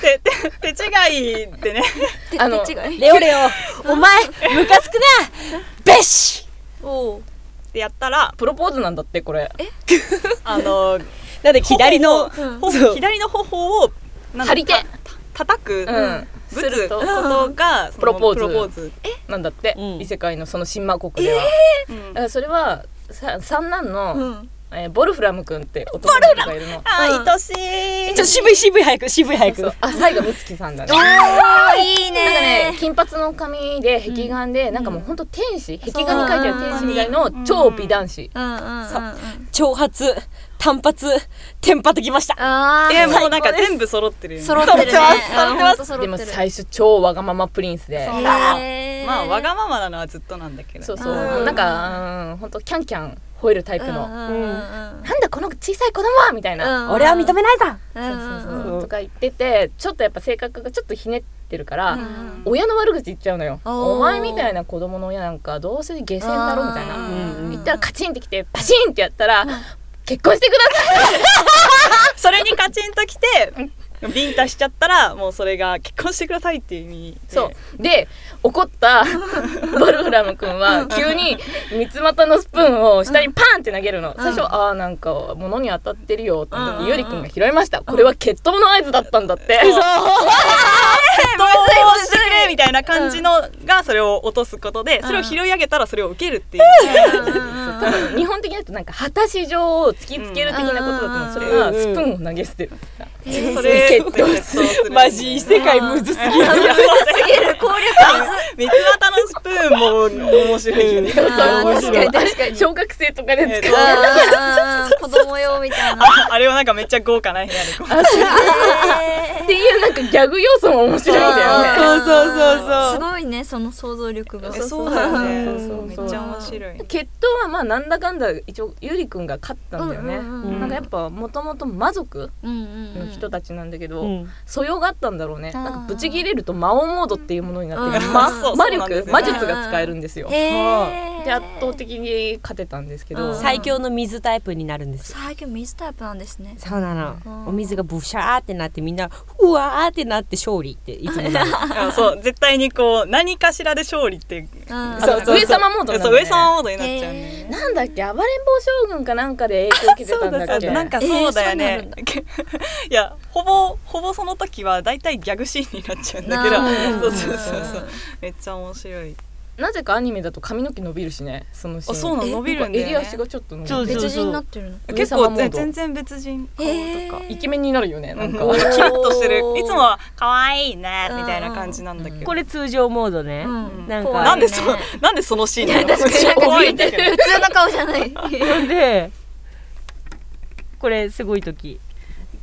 Speaker 2: 手 手手違いってね
Speaker 3: て
Speaker 4: あの
Speaker 3: 手違い
Speaker 6: レオレオお前ムカつくなべし
Speaker 3: おう
Speaker 2: でやったら
Speaker 4: プロポーズなんだってこれ
Speaker 2: あの
Speaker 6: なんで左の
Speaker 2: ほ
Speaker 6: そう
Speaker 2: 左の頬をなんだ
Speaker 4: 張り手
Speaker 2: た叩く、
Speaker 4: うん
Speaker 2: ぶ
Speaker 4: す
Speaker 2: つ
Speaker 4: る
Speaker 2: こととがその
Speaker 4: プロポーズ
Speaker 2: プロポーズ
Speaker 4: なんだって、
Speaker 6: うん
Speaker 4: 異世界のその新魔国では、
Speaker 2: うん
Speaker 4: だからそれはさ三男の、
Speaker 3: うん
Speaker 4: えーボルフラム君って男の子がいるの
Speaker 2: あー愛し
Speaker 6: ち
Speaker 2: い
Speaker 6: ょっと渋い渋い早く渋い早く
Speaker 4: そうあ最後美月さんだね
Speaker 3: あーいい
Speaker 4: なんかね
Speaker 3: ね
Speaker 4: 金髪の髪で壁眼で、なんかもうほんと天使壁画に書いてある天使みたいの超美男子、
Speaker 3: うんうんうんうん
Speaker 6: 長髪短髪テンパってきました
Speaker 3: あー
Speaker 2: えもうなんか全部揃ってるよね
Speaker 3: 揃ってるね
Speaker 6: ます
Speaker 3: 揃って
Speaker 4: でも
Speaker 3: ます揃ってる
Speaker 4: 最初超わがままプリンスで
Speaker 2: そう
Speaker 3: えー
Speaker 2: まあわがままなのはずっとなんだけど
Speaker 4: そうそう、
Speaker 3: うん
Speaker 4: なんか、うん、ほんとキャンキャン吠えるタイプの、
Speaker 3: うん
Speaker 4: な
Speaker 3: うんうん
Speaker 4: んだこの小さい子供はみたいな、
Speaker 3: うん
Speaker 6: 俺は認めないぞ
Speaker 3: うんうん
Speaker 4: そううんそうそうとか言っててちょっとやっぱ性格がちょっとひねってるから、
Speaker 3: うん
Speaker 4: 親の悪口言っちゃうのよ
Speaker 3: おー
Speaker 4: お前みたいな子供の親なんかどうせ下船だろみたいな
Speaker 3: うん
Speaker 6: うんうん
Speaker 4: 言ったらカチンってきてパシンってやったら結婚してください
Speaker 2: それにカチンときてビンタしちゃったらもうそれが結婚してくださいっていう意味で
Speaker 4: そうで怒ったボルフラム君は急に三つ股のスプーンを下にパンって投げるの最初ああなんか物に当たってるよって言ってゆり君が拾いましたこれは決闘の合図だったんだって
Speaker 2: どうせしてくれみたいな感じのがそれを落とすことでそれを拾い上げたらそれを受けるっていう
Speaker 4: 多分日本的だとなんか果たし状を突きつける的なことだと思うそれがスプーンを投げ捨てる
Speaker 3: えー
Speaker 2: それ
Speaker 4: 決闘
Speaker 2: 決闘する
Speaker 6: マジ異世界むずすぎる
Speaker 2: 三つ股のスプーンも面白いよね
Speaker 3: あー確かに確かに
Speaker 4: 小学生とかで使う
Speaker 3: あー子供用みたいな
Speaker 2: ああれをなんかめっちゃ豪華な部屋でこう
Speaker 4: っていうなんかギャグ要素も面白いんだよね。
Speaker 6: そうそうそうそう
Speaker 3: すごいねその想像力が
Speaker 2: えそうだよね
Speaker 4: そうそうそう
Speaker 2: めっちゃ面白い
Speaker 4: 決闘はまあなんだかんだ一応ゆりくんが勝ったんだよね。
Speaker 3: うん
Speaker 6: うんうん
Speaker 4: なんかやっぱもともと魔族
Speaker 3: うんうんう
Speaker 4: の
Speaker 3: ん
Speaker 4: 人たちなんだけど、
Speaker 6: うん
Speaker 4: 素養があったんだろうね。
Speaker 3: あー
Speaker 4: なんかブチ切れると魔王モードっていうものになって、
Speaker 3: うん
Speaker 4: ま
Speaker 2: そうそう
Speaker 4: 魔
Speaker 2: なんで
Speaker 4: 力、
Speaker 2: すね
Speaker 4: 魔術が使えるんですよ。
Speaker 3: へー
Speaker 4: で圧倒的に勝てたんですけど、
Speaker 3: うん
Speaker 6: 最強の水タイプになるんですよ
Speaker 3: 最近水タイプなんですね
Speaker 6: そうな
Speaker 3: うん
Speaker 6: のお水がブシャーってなってみんなうわーってなって勝利っていつもなる
Speaker 2: あそう絶対にこう何かしらで勝利って
Speaker 3: うん
Speaker 4: あの上様モードにな
Speaker 2: そ
Speaker 4: る
Speaker 2: う
Speaker 4: ね
Speaker 2: 上様モードになっちゃうね
Speaker 4: なんだっけ暴れん坊将軍かなんかで影響を受けてたんだっけ
Speaker 2: なんかそうだよね、 いやほぼほぼその時はだいたいギャグシーンになっちゃうんだけ
Speaker 3: な
Speaker 2: ど
Speaker 3: あ
Speaker 2: そうそうそうそうめっちゃ面白い
Speaker 4: なぜかアニメだと髪の毛伸びるしねそのシーン
Speaker 2: あそうなの
Speaker 4: え
Speaker 2: 伸びるんだよね
Speaker 4: なんか襟足がちょっと伸び
Speaker 6: そう
Speaker 4: る
Speaker 3: 別人になってるの
Speaker 2: 結
Speaker 4: 上様
Speaker 2: 構
Speaker 4: モード
Speaker 2: 全然別人顔とか
Speaker 3: へ
Speaker 4: イケメンになるよねなんか、
Speaker 2: うんキラッとしてるいつもは可愛いねみたいな感じなんだけ ど
Speaker 6: これ通常モードね
Speaker 3: うん
Speaker 6: なん
Speaker 3: 怖い
Speaker 6: か
Speaker 2: なんでそなんでそのシーンなの
Speaker 3: なんか
Speaker 2: 怖い
Speaker 3: 見
Speaker 2: ん
Speaker 3: えて
Speaker 2: だけ
Speaker 3: る
Speaker 2: ど
Speaker 3: 普通の顔じゃない
Speaker 6: でこれすごい時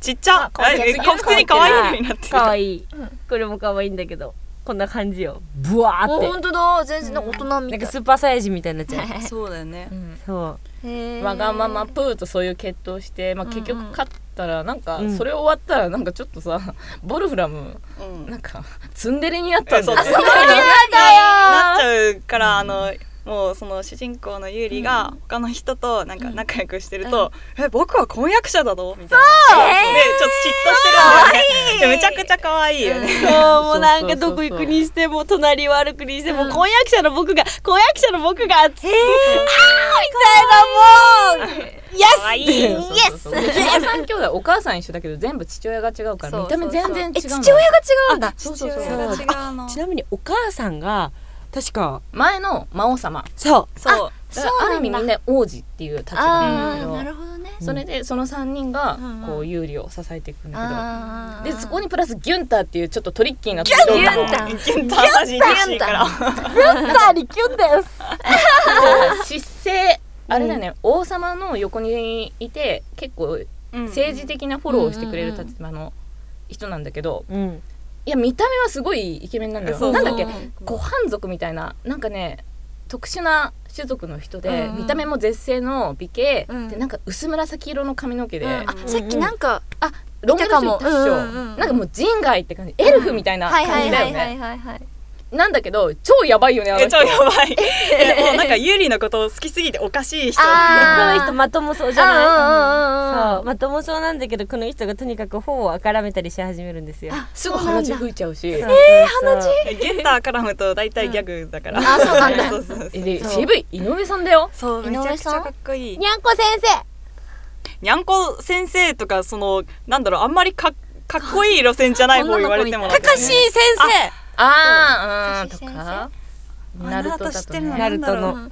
Speaker 2: ちっちゃ
Speaker 4: 可愛い
Speaker 2: え普通に可愛いのになってる
Speaker 6: 可愛いこれも可愛いんだけどこんな感じよブワ
Speaker 3: あ
Speaker 6: ーって
Speaker 3: 本当だ全然なんか大人
Speaker 6: なん
Speaker 3: み
Speaker 6: か
Speaker 3: たい
Speaker 6: スーパーサイヤ人みたいになっちゃう
Speaker 2: そうだよね
Speaker 4: うん
Speaker 6: そう
Speaker 3: へー
Speaker 4: わがままプーとそういう決闘して、まあ、
Speaker 3: うん
Speaker 4: 結局勝ったらなんか
Speaker 6: うん
Speaker 4: それ終わったらなんかちょっとさ ボルフラム
Speaker 2: うん
Speaker 4: なんかツンデレになった
Speaker 2: え
Speaker 4: ん
Speaker 2: そ
Speaker 4: だ
Speaker 2: う
Speaker 4: よ
Speaker 2: な
Speaker 4: ね
Speaker 2: っちゃうからあのもうその主人公のユーリが他の人となんか仲良くしてると「え僕は婚約者だぞ」みたいなでちょっと嫉妬してるんだよねでめちゃくちゃ可愛いよね
Speaker 6: そうもうなんかどこ行くにしても隣を歩くにしても婚約者の僕が婚約者の僕がつってあーみたいなもう
Speaker 2: 可愛い
Speaker 4: イエス三兄弟お母さん一緒だけど全部父親が違うから見た目全然違う
Speaker 3: え
Speaker 4: の
Speaker 3: 父親が違うんだ
Speaker 4: そうそうそう
Speaker 2: 父親が違うの
Speaker 6: ちなみにお母さんが確か
Speaker 4: 前の魔王様
Speaker 6: そう
Speaker 2: そう
Speaker 4: だからある意味みんな王子っていう立場なん
Speaker 3: あ
Speaker 4: だけ
Speaker 3: ー
Speaker 4: ど
Speaker 3: なるほどね
Speaker 4: それでその三人が
Speaker 3: うんうん
Speaker 4: こう有利を支えていくんだ
Speaker 3: あ
Speaker 4: け
Speaker 3: ー
Speaker 4: どでそこにプラスギュンターっていうちょっとトリッキーなところ
Speaker 3: ギュン
Speaker 4: が
Speaker 3: ター
Speaker 2: ギュンターマジにしいから
Speaker 4: 失勢あれだよね王様の横にいて結構
Speaker 2: うん
Speaker 4: 政治的なフォローをしてくれる立場の人なんだけど
Speaker 7: うん
Speaker 4: いや見た目はすごいイケメンなんだよ
Speaker 2: そう
Speaker 4: な
Speaker 2: そ
Speaker 4: ん
Speaker 2: う
Speaker 4: だっけご飯族みたいななんかね特殊な種族の人で、
Speaker 3: うん
Speaker 4: 見た目も絶世の美形、
Speaker 3: うん
Speaker 4: でなんか薄紫色の髪の毛で、
Speaker 3: うんあさっきなんか
Speaker 4: ロン毛の人いたっしょ、
Speaker 3: 見たかもうんうんうん
Speaker 4: なんかもう人外って感じエルフみたいな
Speaker 3: は
Speaker 4: 感
Speaker 3: いは
Speaker 4: じ
Speaker 3: い
Speaker 4: だ
Speaker 3: は
Speaker 4: よ
Speaker 3: いはい
Speaker 4: ね
Speaker 3: はいはい
Speaker 4: なんだけど超やばいよねあの
Speaker 2: え
Speaker 4: 人
Speaker 2: ちょやばいいやもうなんかユーリのことを好きすぎておかしい人
Speaker 7: こ
Speaker 3: あー
Speaker 7: の人まともそうじゃない
Speaker 3: うんうんうんうん
Speaker 7: そうまともそうなんだけどこの人がとにかく頬をあからめたりし始めるんですよ
Speaker 4: すぐ鼻血吹いちゃうし
Speaker 7: ええ鼻血
Speaker 2: ゲッター絡むと大体ギャグだから、
Speaker 3: あそうなんだ
Speaker 2: そうそうそう
Speaker 4: で渋い井上さんだよ
Speaker 2: そうめ
Speaker 3: 井
Speaker 2: ちゃ
Speaker 3: 上
Speaker 2: くち
Speaker 3: さん
Speaker 2: ゃかっこいい
Speaker 3: にゃんこ先生
Speaker 2: にゃんこ先生とかそのなんだろうあんまりかかっこいい路線じゃない方言われてもなんか
Speaker 6: 高し先生
Speaker 4: あーうーんと
Speaker 3: そう
Speaker 4: かナルトだと
Speaker 2: あ
Speaker 4: ね
Speaker 7: ナルト
Speaker 2: なんだろう
Speaker 7: の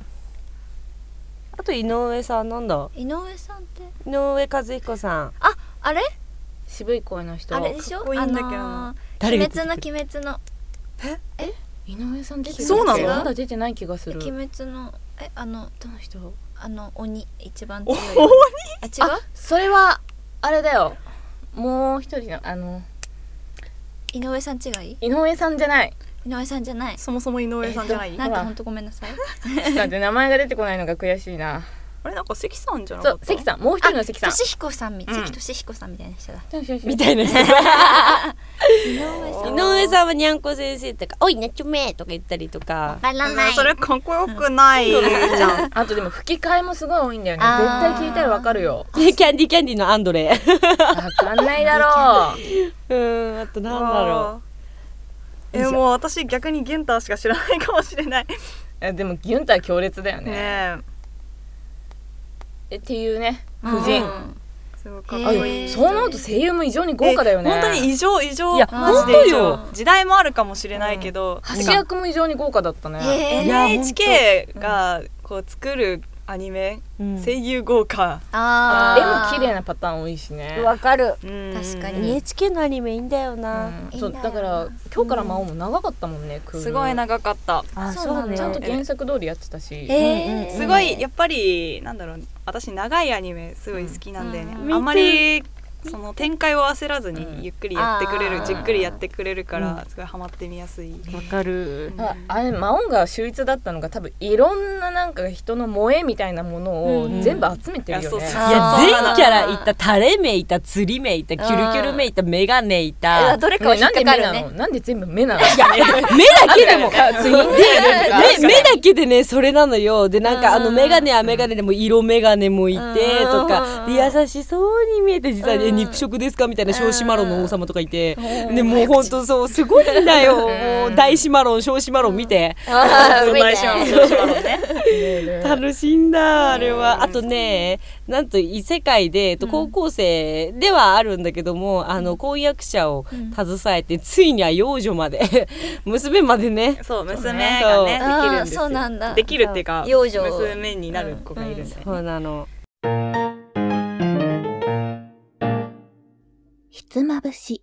Speaker 7: あと井上さんなんだ
Speaker 3: 井上さんって
Speaker 7: 井上和彦さん
Speaker 3: ああれ
Speaker 4: 渋い声の人
Speaker 3: あれでしょ
Speaker 2: かっこいいんだけどな
Speaker 3: あのー
Speaker 7: 誰が
Speaker 3: 鬼
Speaker 7: 出てく
Speaker 3: 滅
Speaker 7: る
Speaker 3: の鬼滅
Speaker 4: 井
Speaker 3: の
Speaker 4: 上さん出てる
Speaker 2: そうなの
Speaker 4: まだ出てない気がする
Speaker 3: 鬼
Speaker 4: ど
Speaker 3: 滅のえあの
Speaker 4: の人
Speaker 3: あの鬼一番強い
Speaker 2: 鬼
Speaker 3: あ違う
Speaker 4: あそれはあれだよもう一人のあの
Speaker 3: 井上さん違い
Speaker 4: 井上さんじゃない
Speaker 3: 井上さんじゃない
Speaker 2: そもそも井上さんじゃない、
Speaker 3: なん
Speaker 4: ほ
Speaker 3: からほんとごめんなさい
Speaker 4: なんて名前が出てこないのが悔しいな
Speaker 2: あれなんか関さんじゃな
Speaker 4: そ
Speaker 2: かっ
Speaker 4: う
Speaker 2: た
Speaker 4: 関さんもう一人の関さん
Speaker 3: 俊彦さんみ
Speaker 4: うん
Speaker 3: 関俊彦さんみたいな人だ
Speaker 4: み
Speaker 6: みたいな人
Speaker 3: 井上さん
Speaker 6: 井上さんはにゃんこ先生とか「おいねちょめ」とか言ったりとか
Speaker 3: バラ
Speaker 2: うんそれかっこよくないじゃん
Speaker 4: あとでも吹き替えもすごい多いんだよね
Speaker 3: あ
Speaker 4: 絶
Speaker 3: ー
Speaker 4: 対聞いたらわかるよ
Speaker 6: キャンディーキャンディーのアンドレ
Speaker 4: わかんないだろう
Speaker 6: うーんあとなんだろ
Speaker 2: うえもう私逆にゲンターしか知らないかもしれないね
Speaker 4: えでもギュンタは強烈だよね
Speaker 2: え
Speaker 4: えっていうね夫人
Speaker 2: すごいかっ
Speaker 3: へ
Speaker 2: こ
Speaker 3: え
Speaker 4: あで
Speaker 2: いい
Speaker 4: もそう思うと声優も異常に豪華だよね
Speaker 2: え本当に異常異常
Speaker 6: いや
Speaker 2: マジで異常
Speaker 6: 本当
Speaker 2: 時代もあるかもしれないけど、
Speaker 4: 橋役も異常に豪華だったね
Speaker 6: いや
Speaker 2: NHK がこう作るアニメ、
Speaker 6: う、うん
Speaker 2: 声優豪華、
Speaker 4: 絵も
Speaker 3: あ
Speaker 4: 綺麗なパターン多いしね
Speaker 7: わかる
Speaker 2: うん
Speaker 3: 確かに
Speaker 7: NHK のアニメいいんだよな、
Speaker 4: うん
Speaker 3: いい
Speaker 4: そ
Speaker 3: ん
Speaker 4: う
Speaker 3: だよな
Speaker 4: だから今日から魔王も長かったもんねクール
Speaker 2: すごい長かった
Speaker 7: あ
Speaker 3: そうなんだ
Speaker 4: ちゃんと
Speaker 2: ね
Speaker 4: 原作通りやってたし
Speaker 3: え
Speaker 2: すごいやっぱりなんだろう私長いアニメすごい好きなんでね、
Speaker 7: うん
Speaker 2: あんまりその展開を焦らず
Speaker 4: うん
Speaker 2: にゆっくりやってくれる、
Speaker 3: あー
Speaker 2: じっくりやってくれるからすごいハマってみやすい、
Speaker 6: わかる
Speaker 4: ああれ魔王が秀逸だったのが多分いろんななんか人の萌えみたいなものを
Speaker 3: うん
Speaker 4: 全部集めてる
Speaker 2: い
Speaker 4: よ
Speaker 2: やそう
Speaker 4: ね、
Speaker 2: そう
Speaker 6: いや
Speaker 3: あー
Speaker 6: 全キャラいた垂れ目いた釣り目いたキュルキュル目いたメガネいた
Speaker 3: どれか
Speaker 4: ね
Speaker 3: は引
Speaker 4: な
Speaker 3: っ
Speaker 4: んで
Speaker 3: か
Speaker 4: 目な
Speaker 3: かる
Speaker 4: の、
Speaker 3: ね
Speaker 4: なんで全部目なのいや
Speaker 6: 目だけでも
Speaker 4: ツインテール
Speaker 6: 目目だけでねそれなのよでなんかあのメガネはメガネでも色メガネもいてとかで優しそうに見えて実はね肉食ですかみたいな小子マロンの王様とかいてでもうほんとそうすごいんだよもう大子マロン小子マロン見て
Speaker 2: そんな石丸も石丸もね
Speaker 6: 楽しいんだあれはあとねなんと異世界でえっと高校生ではあるんだけどもあの婚約者を携えてついには幼女まで 娘までね
Speaker 2: そう娘が
Speaker 3: そう
Speaker 2: ねできるんですよ
Speaker 3: あーそうなんだ
Speaker 2: できるっていうか
Speaker 3: 幼女
Speaker 2: 娘になる子がいるんで、
Speaker 6: そうなの
Speaker 1: ひつまぶし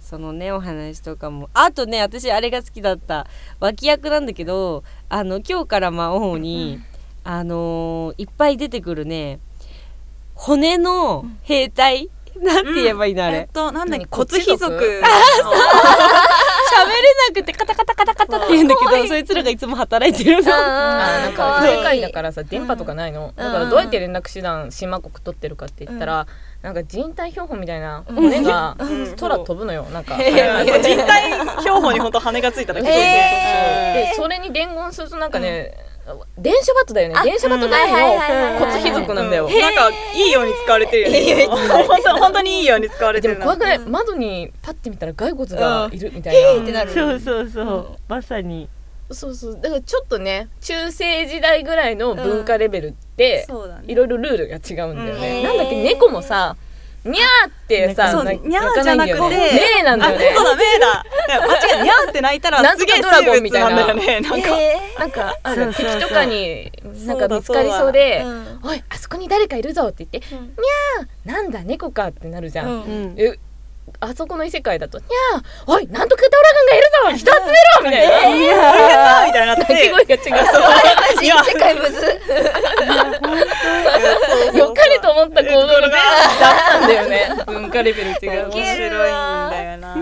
Speaker 6: そのねお話とかもあとね私あれが好きだった脇役なんだけどあの今日から魔王に、あのーいっぱい出てくるね骨の兵隊、なんて言えばいいの、あ
Speaker 2: え
Speaker 6: れ
Speaker 2: っとなんだっけ
Speaker 4: 何
Speaker 2: 骨貴
Speaker 4: 骨貴
Speaker 2: 族
Speaker 6: 喋れなくてカタカタカタカタって言うんだけどそいつらがいつも働いてるの。
Speaker 4: あーなんか
Speaker 3: 可愛い
Speaker 4: 世界だからさ電波とかないの、だからどうやって連絡手段島国取ってるかって言ったら、なんか人体標本みたいな骨が
Speaker 2: ん
Speaker 4: 空飛ぶのよなんか、
Speaker 2: あの人体標本に本当羽がついただけ
Speaker 4: そうそうそう
Speaker 2: で
Speaker 4: でそれに伝言するとなんかね、電書バットだよね電書バット
Speaker 3: は
Speaker 4: 大
Speaker 3: いはいはい
Speaker 4: の
Speaker 3: はい
Speaker 4: 骨貴族なんだよ、
Speaker 2: なんかいいように使われてるよね本当本当にいいように使われて
Speaker 4: で
Speaker 2: る
Speaker 4: も
Speaker 2: な
Speaker 4: 怖くない、窓にパッて見たら骸骨がいるみたいな、
Speaker 2: なる
Speaker 7: そうそうそうまさに
Speaker 4: そうそうだからちょっとね中世時代ぐらいの文化レベルって、
Speaker 2: そうだね
Speaker 4: いろいろルールが違うんだよね、
Speaker 3: うん
Speaker 4: なんだっけ猫もさにゃーってさ
Speaker 2: そう
Speaker 4: な
Speaker 2: にゃーじゃなくて
Speaker 4: 鳴かいんだよねねえなんだ
Speaker 2: あ、
Speaker 4: よ
Speaker 2: そう
Speaker 4: ね
Speaker 2: だ、メーだ。だから間違いにゃーって泣いた
Speaker 4: な
Speaker 2: ら、
Speaker 4: んと
Speaker 2: す
Speaker 4: か
Speaker 2: げえ
Speaker 4: ドラゴン
Speaker 2: 生
Speaker 4: みた
Speaker 2: 物
Speaker 4: いな
Speaker 2: なんだよね。なんか、
Speaker 4: なんかあ
Speaker 7: そ
Speaker 4: る
Speaker 7: うそうそう
Speaker 4: 敵とかになんか見つかりそうで「おいあそこに誰かいるぞ」って言って「にゃーなんだ猫か」ってなるじゃん、
Speaker 6: うん
Speaker 4: えあそこの異世界だと「にゃーおいなんとかドラゴンがいるぞ人集めろ!」みたい な、
Speaker 2: あーみたいななっ
Speaker 4: 鳴き
Speaker 2: て。
Speaker 4: 声が違う
Speaker 3: マジ世界むず
Speaker 4: そうよかれと思った行動が出たんだよね文化レベルっていう
Speaker 2: 面
Speaker 4: か
Speaker 2: 白いんだよな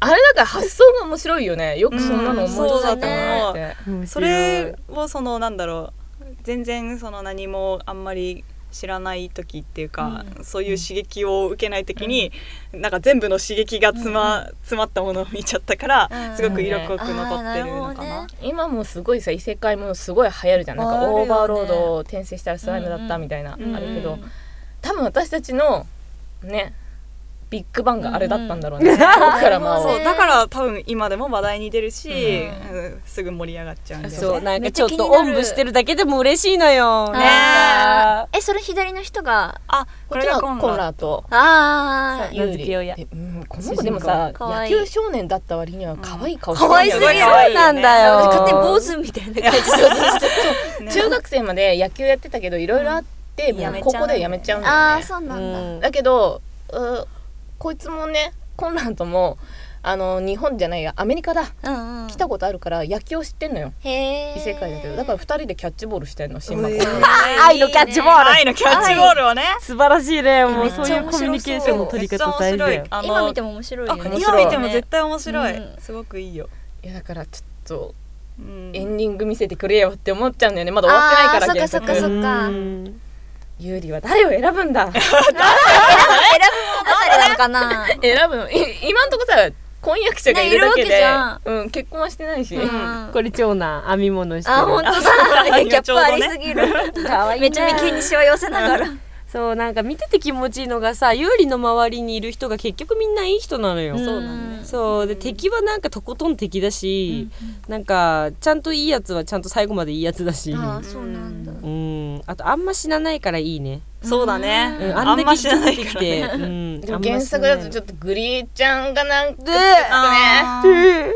Speaker 4: あれだから発想が面白いよねよくそんなの思いついたなって、
Speaker 2: それをそのなんだろう全然その何もあんまり知らない時っていうか、そういう刺激を受けない時に、なんか全部の刺激が詰ま,、詰まったものを見ちゃったから、
Speaker 3: うん
Speaker 2: すごく色濃く残ってるのかな。
Speaker 3: あ
Speaker 4: 今もすごいさ異世界ものすごい流行るじゃんなん
Speaker 3: あ
Speaker 4: か
Speaker 3: るよね
Speaker 4: オーバーロードを転生したらスライムだったみたいな、
Speaker 2: うん
Speaker 4: あるけど多分私たちのねビッグバンがあれだったんだろうね、僕からま
Speaker 3: なるほ
Speaker 4: を
Speaker 3: ど
Speaker 2: そ
Speaker 3: ね
Speaker 2: うだから多分今でも話題に出るし、うんすぐ盛り上がっちゃうんだよね
Speaker 6: そうなん
Speaker 3: めっ
Speaker 6: か
Speaker 3: ち
Speaker 6: ちょ
Speaker 3: ゃ
Speaker 6: っ
Speaker 3: 気にな
Speaker 6: と
Speaker 3: る
Speaker 6: おんぶしてるだけでも嬉しいのよ。
Speaker 3: ね
Speaker 6: なんか
Speaker 3: えそれ左の人が
Speaker 2: あこ
Speaker 4: こっ
Speaker 2: れ
Speaker 4: ち
Speaker 2: が
Speaker 4: は
Speaker 2: コン
Speaker 4: コン
Speaker 2: ラ
Speaker 4: ラと
Speaker 3: あ
Speaker 6: 名付け親
Speaker 4: えうんこの子でもさ
Speaker 3: 主人公可
Speaker 4: 野
Speaker 3: 愛い
Speaker 4: 球少年だった割には可愛い顔して
Speaker 3: かわいす
Speaker 4: よ
Speaker 3: ぎる
Speaker 4: ね
Speaker 6: そうなんだよ。
Speaker 3: あ勝手に坊主みたいな感じ
Speaker 2: ね
Speaker 4: 中学生まで野球やってたけどいろいろあって、も
Speaker 2: や
Speaker 4: う
Speaker 2: めちゃう
Speaker 4: 高校でやめちゃうんだよね
Speaker 3: ああそうなんだ、
Speaker 6: うん
Speaker 4: だけどうこいつもねコンラントもあの日本じゃないやアメリカだ
Speaker 3: うんうん
Speaker 4: 来たことあるから野球を知ってんのよ
Speaker 3: へえ
Speaker 4: 異世界だけどだから2人でキャッチボールしてんの新馬子
Speaker 6: 愛のキャッチボール。
Speaker 2: 愛のキャッチボールをね、
Speaker 6: 素晴らしいね。も
Speaker 3: め
Speaker 6: う
Speaker 3: っちゃ
Speaker 6: そういうコミュニケーションの取り方大事だよ。
Speaker 2: あの
Speaker 3: 今見ても面白いよ
Speaker 2: あ
Speaker 3: ね
Speaker 4: 面
Speaker 2: 今
Speaker 4: 白い
Speaker 2: 見ても絶対面白い、
Speaker 3: う
Speaker 2: すごくいいよ、
Speaker 4: いやだからちょっと
Speaker 2: うん
Speaker 4: エンディング見せてくれよって思っちゃうんだよねまだ終わってないから
Speaker 3: あーそっか
Speaker 4: 結
Speaker 3: そっ
Speaker 4: 局
Speaker 3: か
Speaker 6: うん
Speaker 4: ユーリは誰を選ぶんだ
Speaker 3: 誰なのかな
Speaker 4: 選ぶのい今んとこさ婚約者がいるだけで、
Speaker 3: ねいるわ
Speaker 4: うん、結婚はしてないし、
Speaker 3: うん
Speaker 6: これ長男編み物してる。
Speaker 3: あ本当だギャップありすぎる
Speaker 6: 可愛いね
Speaker 3: めちゃめちゃにしわ寄せながら
Speaker 6: そうなんか見てて気持ちいいのがさ有利の周りにいる人が結局みんないい人なのよ、
Speaker 3: そうなんだ
Speaker 6: そうで敵はなんかとことん敵だし、なんかちゃんといいやつはちゃんと最後までいいやつだし
Speaker 3: ああそうなんだ
Speaker 6: うんあとあんま死なないからいいね、
Speaker 2: そうだね、
Speaker 6: うん、
Speaker 2: あんま知らない
Speaker 6: 人出て
Speaker 2: か
Speaker 6: き
Speaker 2: らね
Speaker 6: て、うん、
Speaker 4: でも原作だとちょ
Speaker 6: っ
Speaker 4: っとグリーちゃんがなんかちょっとね
Speaker 2: あー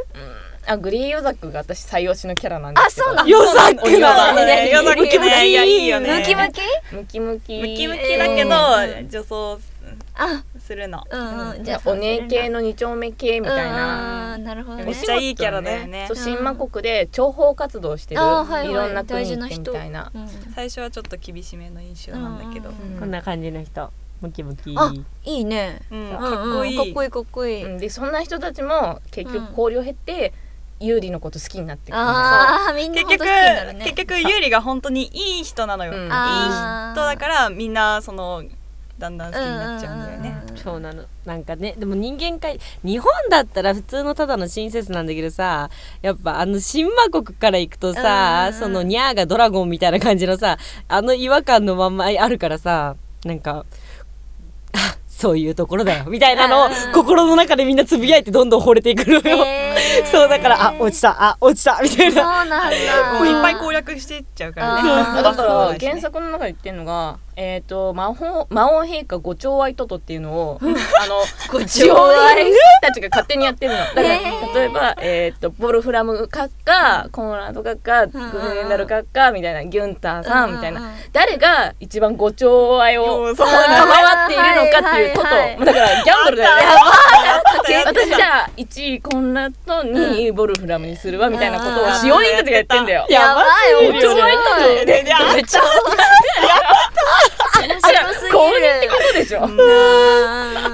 Speaker 4: あグリーヨザクが私最推しのキャラなんですけどあそうな
Speaker 6: よさく
Speaker 2: そう
Speaker 6: な
Speaker 2: だ
Speaker 6: の
Speaker 2: ね夜
Speaker 6: ムキ
Speaker 2: 崎
Speaker 6: ムキ
Speaker 2: ねいやいいよね
Speaker 3: ムキムキ
Speaker 4: ムキムキ
Speaker 2: ムキムキだけど、女装
Speaker 3: あ
Speaker 2: するの
Speaker 3: うんうん
Speaker 4: じゃあお姉系の二丁目系みたいな
Speaker 3: ああーなるほど
Speaker 2: め
Speaker 3: ね
Speaker 2: っちゃいいキャラだよね
Speaker 4: そう新馬国で諜報活動してる、
Speaker 3: あーはい
Speaker 4: い
Speaker 3: はい
Speaker 4: ろんな国行ってみたいな
Speaker 3: うん
Speaker 2: 最初はちょっと厳しめの印象なんだけど、
Speaker 4: うん
Speaker 6: こんな感じの人ムキムキ
Speaker 3: あいいね
Speaker 2: うん
Speaker 3: うんうん
Speaker 2: かっこいい、
Speaker 3: かっこいいかっこいい
Speaker 4: うんでそんな人たちも結局交流を経って、有利のこと好きになってくるんだ
Speaker 3: ああみんな本当
Speaker 2: 結局、
Speaker 3: 好きになるね
Speaker 2: 結局ユーリが本当にいい人なのよ、
Speaker 4: うん
Speaker 2: いい人
Speaker 3: あー
Speaker 2: だからみんなそのだんだん好きになっちゃうんだよね、
Speaker 3: うんうん
Speaker 6: そうなのなんかねでも人間界日本だったら普通のただの親切なんだけどさやっぱあの新魔国から行くとさそのニャーがドラゴンみたいな感じのさあの違和感のまんまあるからさなんかあそういうところだよみたいなのを心の中でみんなつぶやいてどんどん惚れていくのよ、
Speaker 3: へー
Speaker 6: そうだからあ落ちたあ落ちたみたい
Speaker 3: そう
Speaker 6: な
Speaker 3: なんだ
Speaker 2: もういっぱい攻略していっちゃうからね
Speaker 4: あだか
Speaker 2: そう
Speaker 4: ら
Speaker 2: ですね
Speaker 4: 原作の中で言ってるのが、えっ、と魔法魔王陛下ご寵愛トトっていうのをあのご寵愛たちが勝手にやってるの。だから例えばえっ、とボルフラム閣下、コンラード閣下、グレンダル閣下みたいなギュンターさんみたいな誰が一番ご寵愛
Speaker 2: う
Speaker 4: を
Speaker 2: んそう
Speaker 4: 賜っているのかっていうト
Speaker 3: はいはいはい
Speaker 4: ト。だからギャンブルだよね。
Speaker 2: やってた
Speaker 4: 私じゃあ1位コンラード2位ボルフラムにするわみたいなことを使用人たちがやってんだよ。
Speaker 6: やば
Speaker 4: ご
Speaker 6: い
Speaker 4: 寵愛トト
Speaker 2: でであ
Speaker 4: めっちゃ
Speaker 3: 面白すぎる
Speaker 4: 公認ってことでしょ、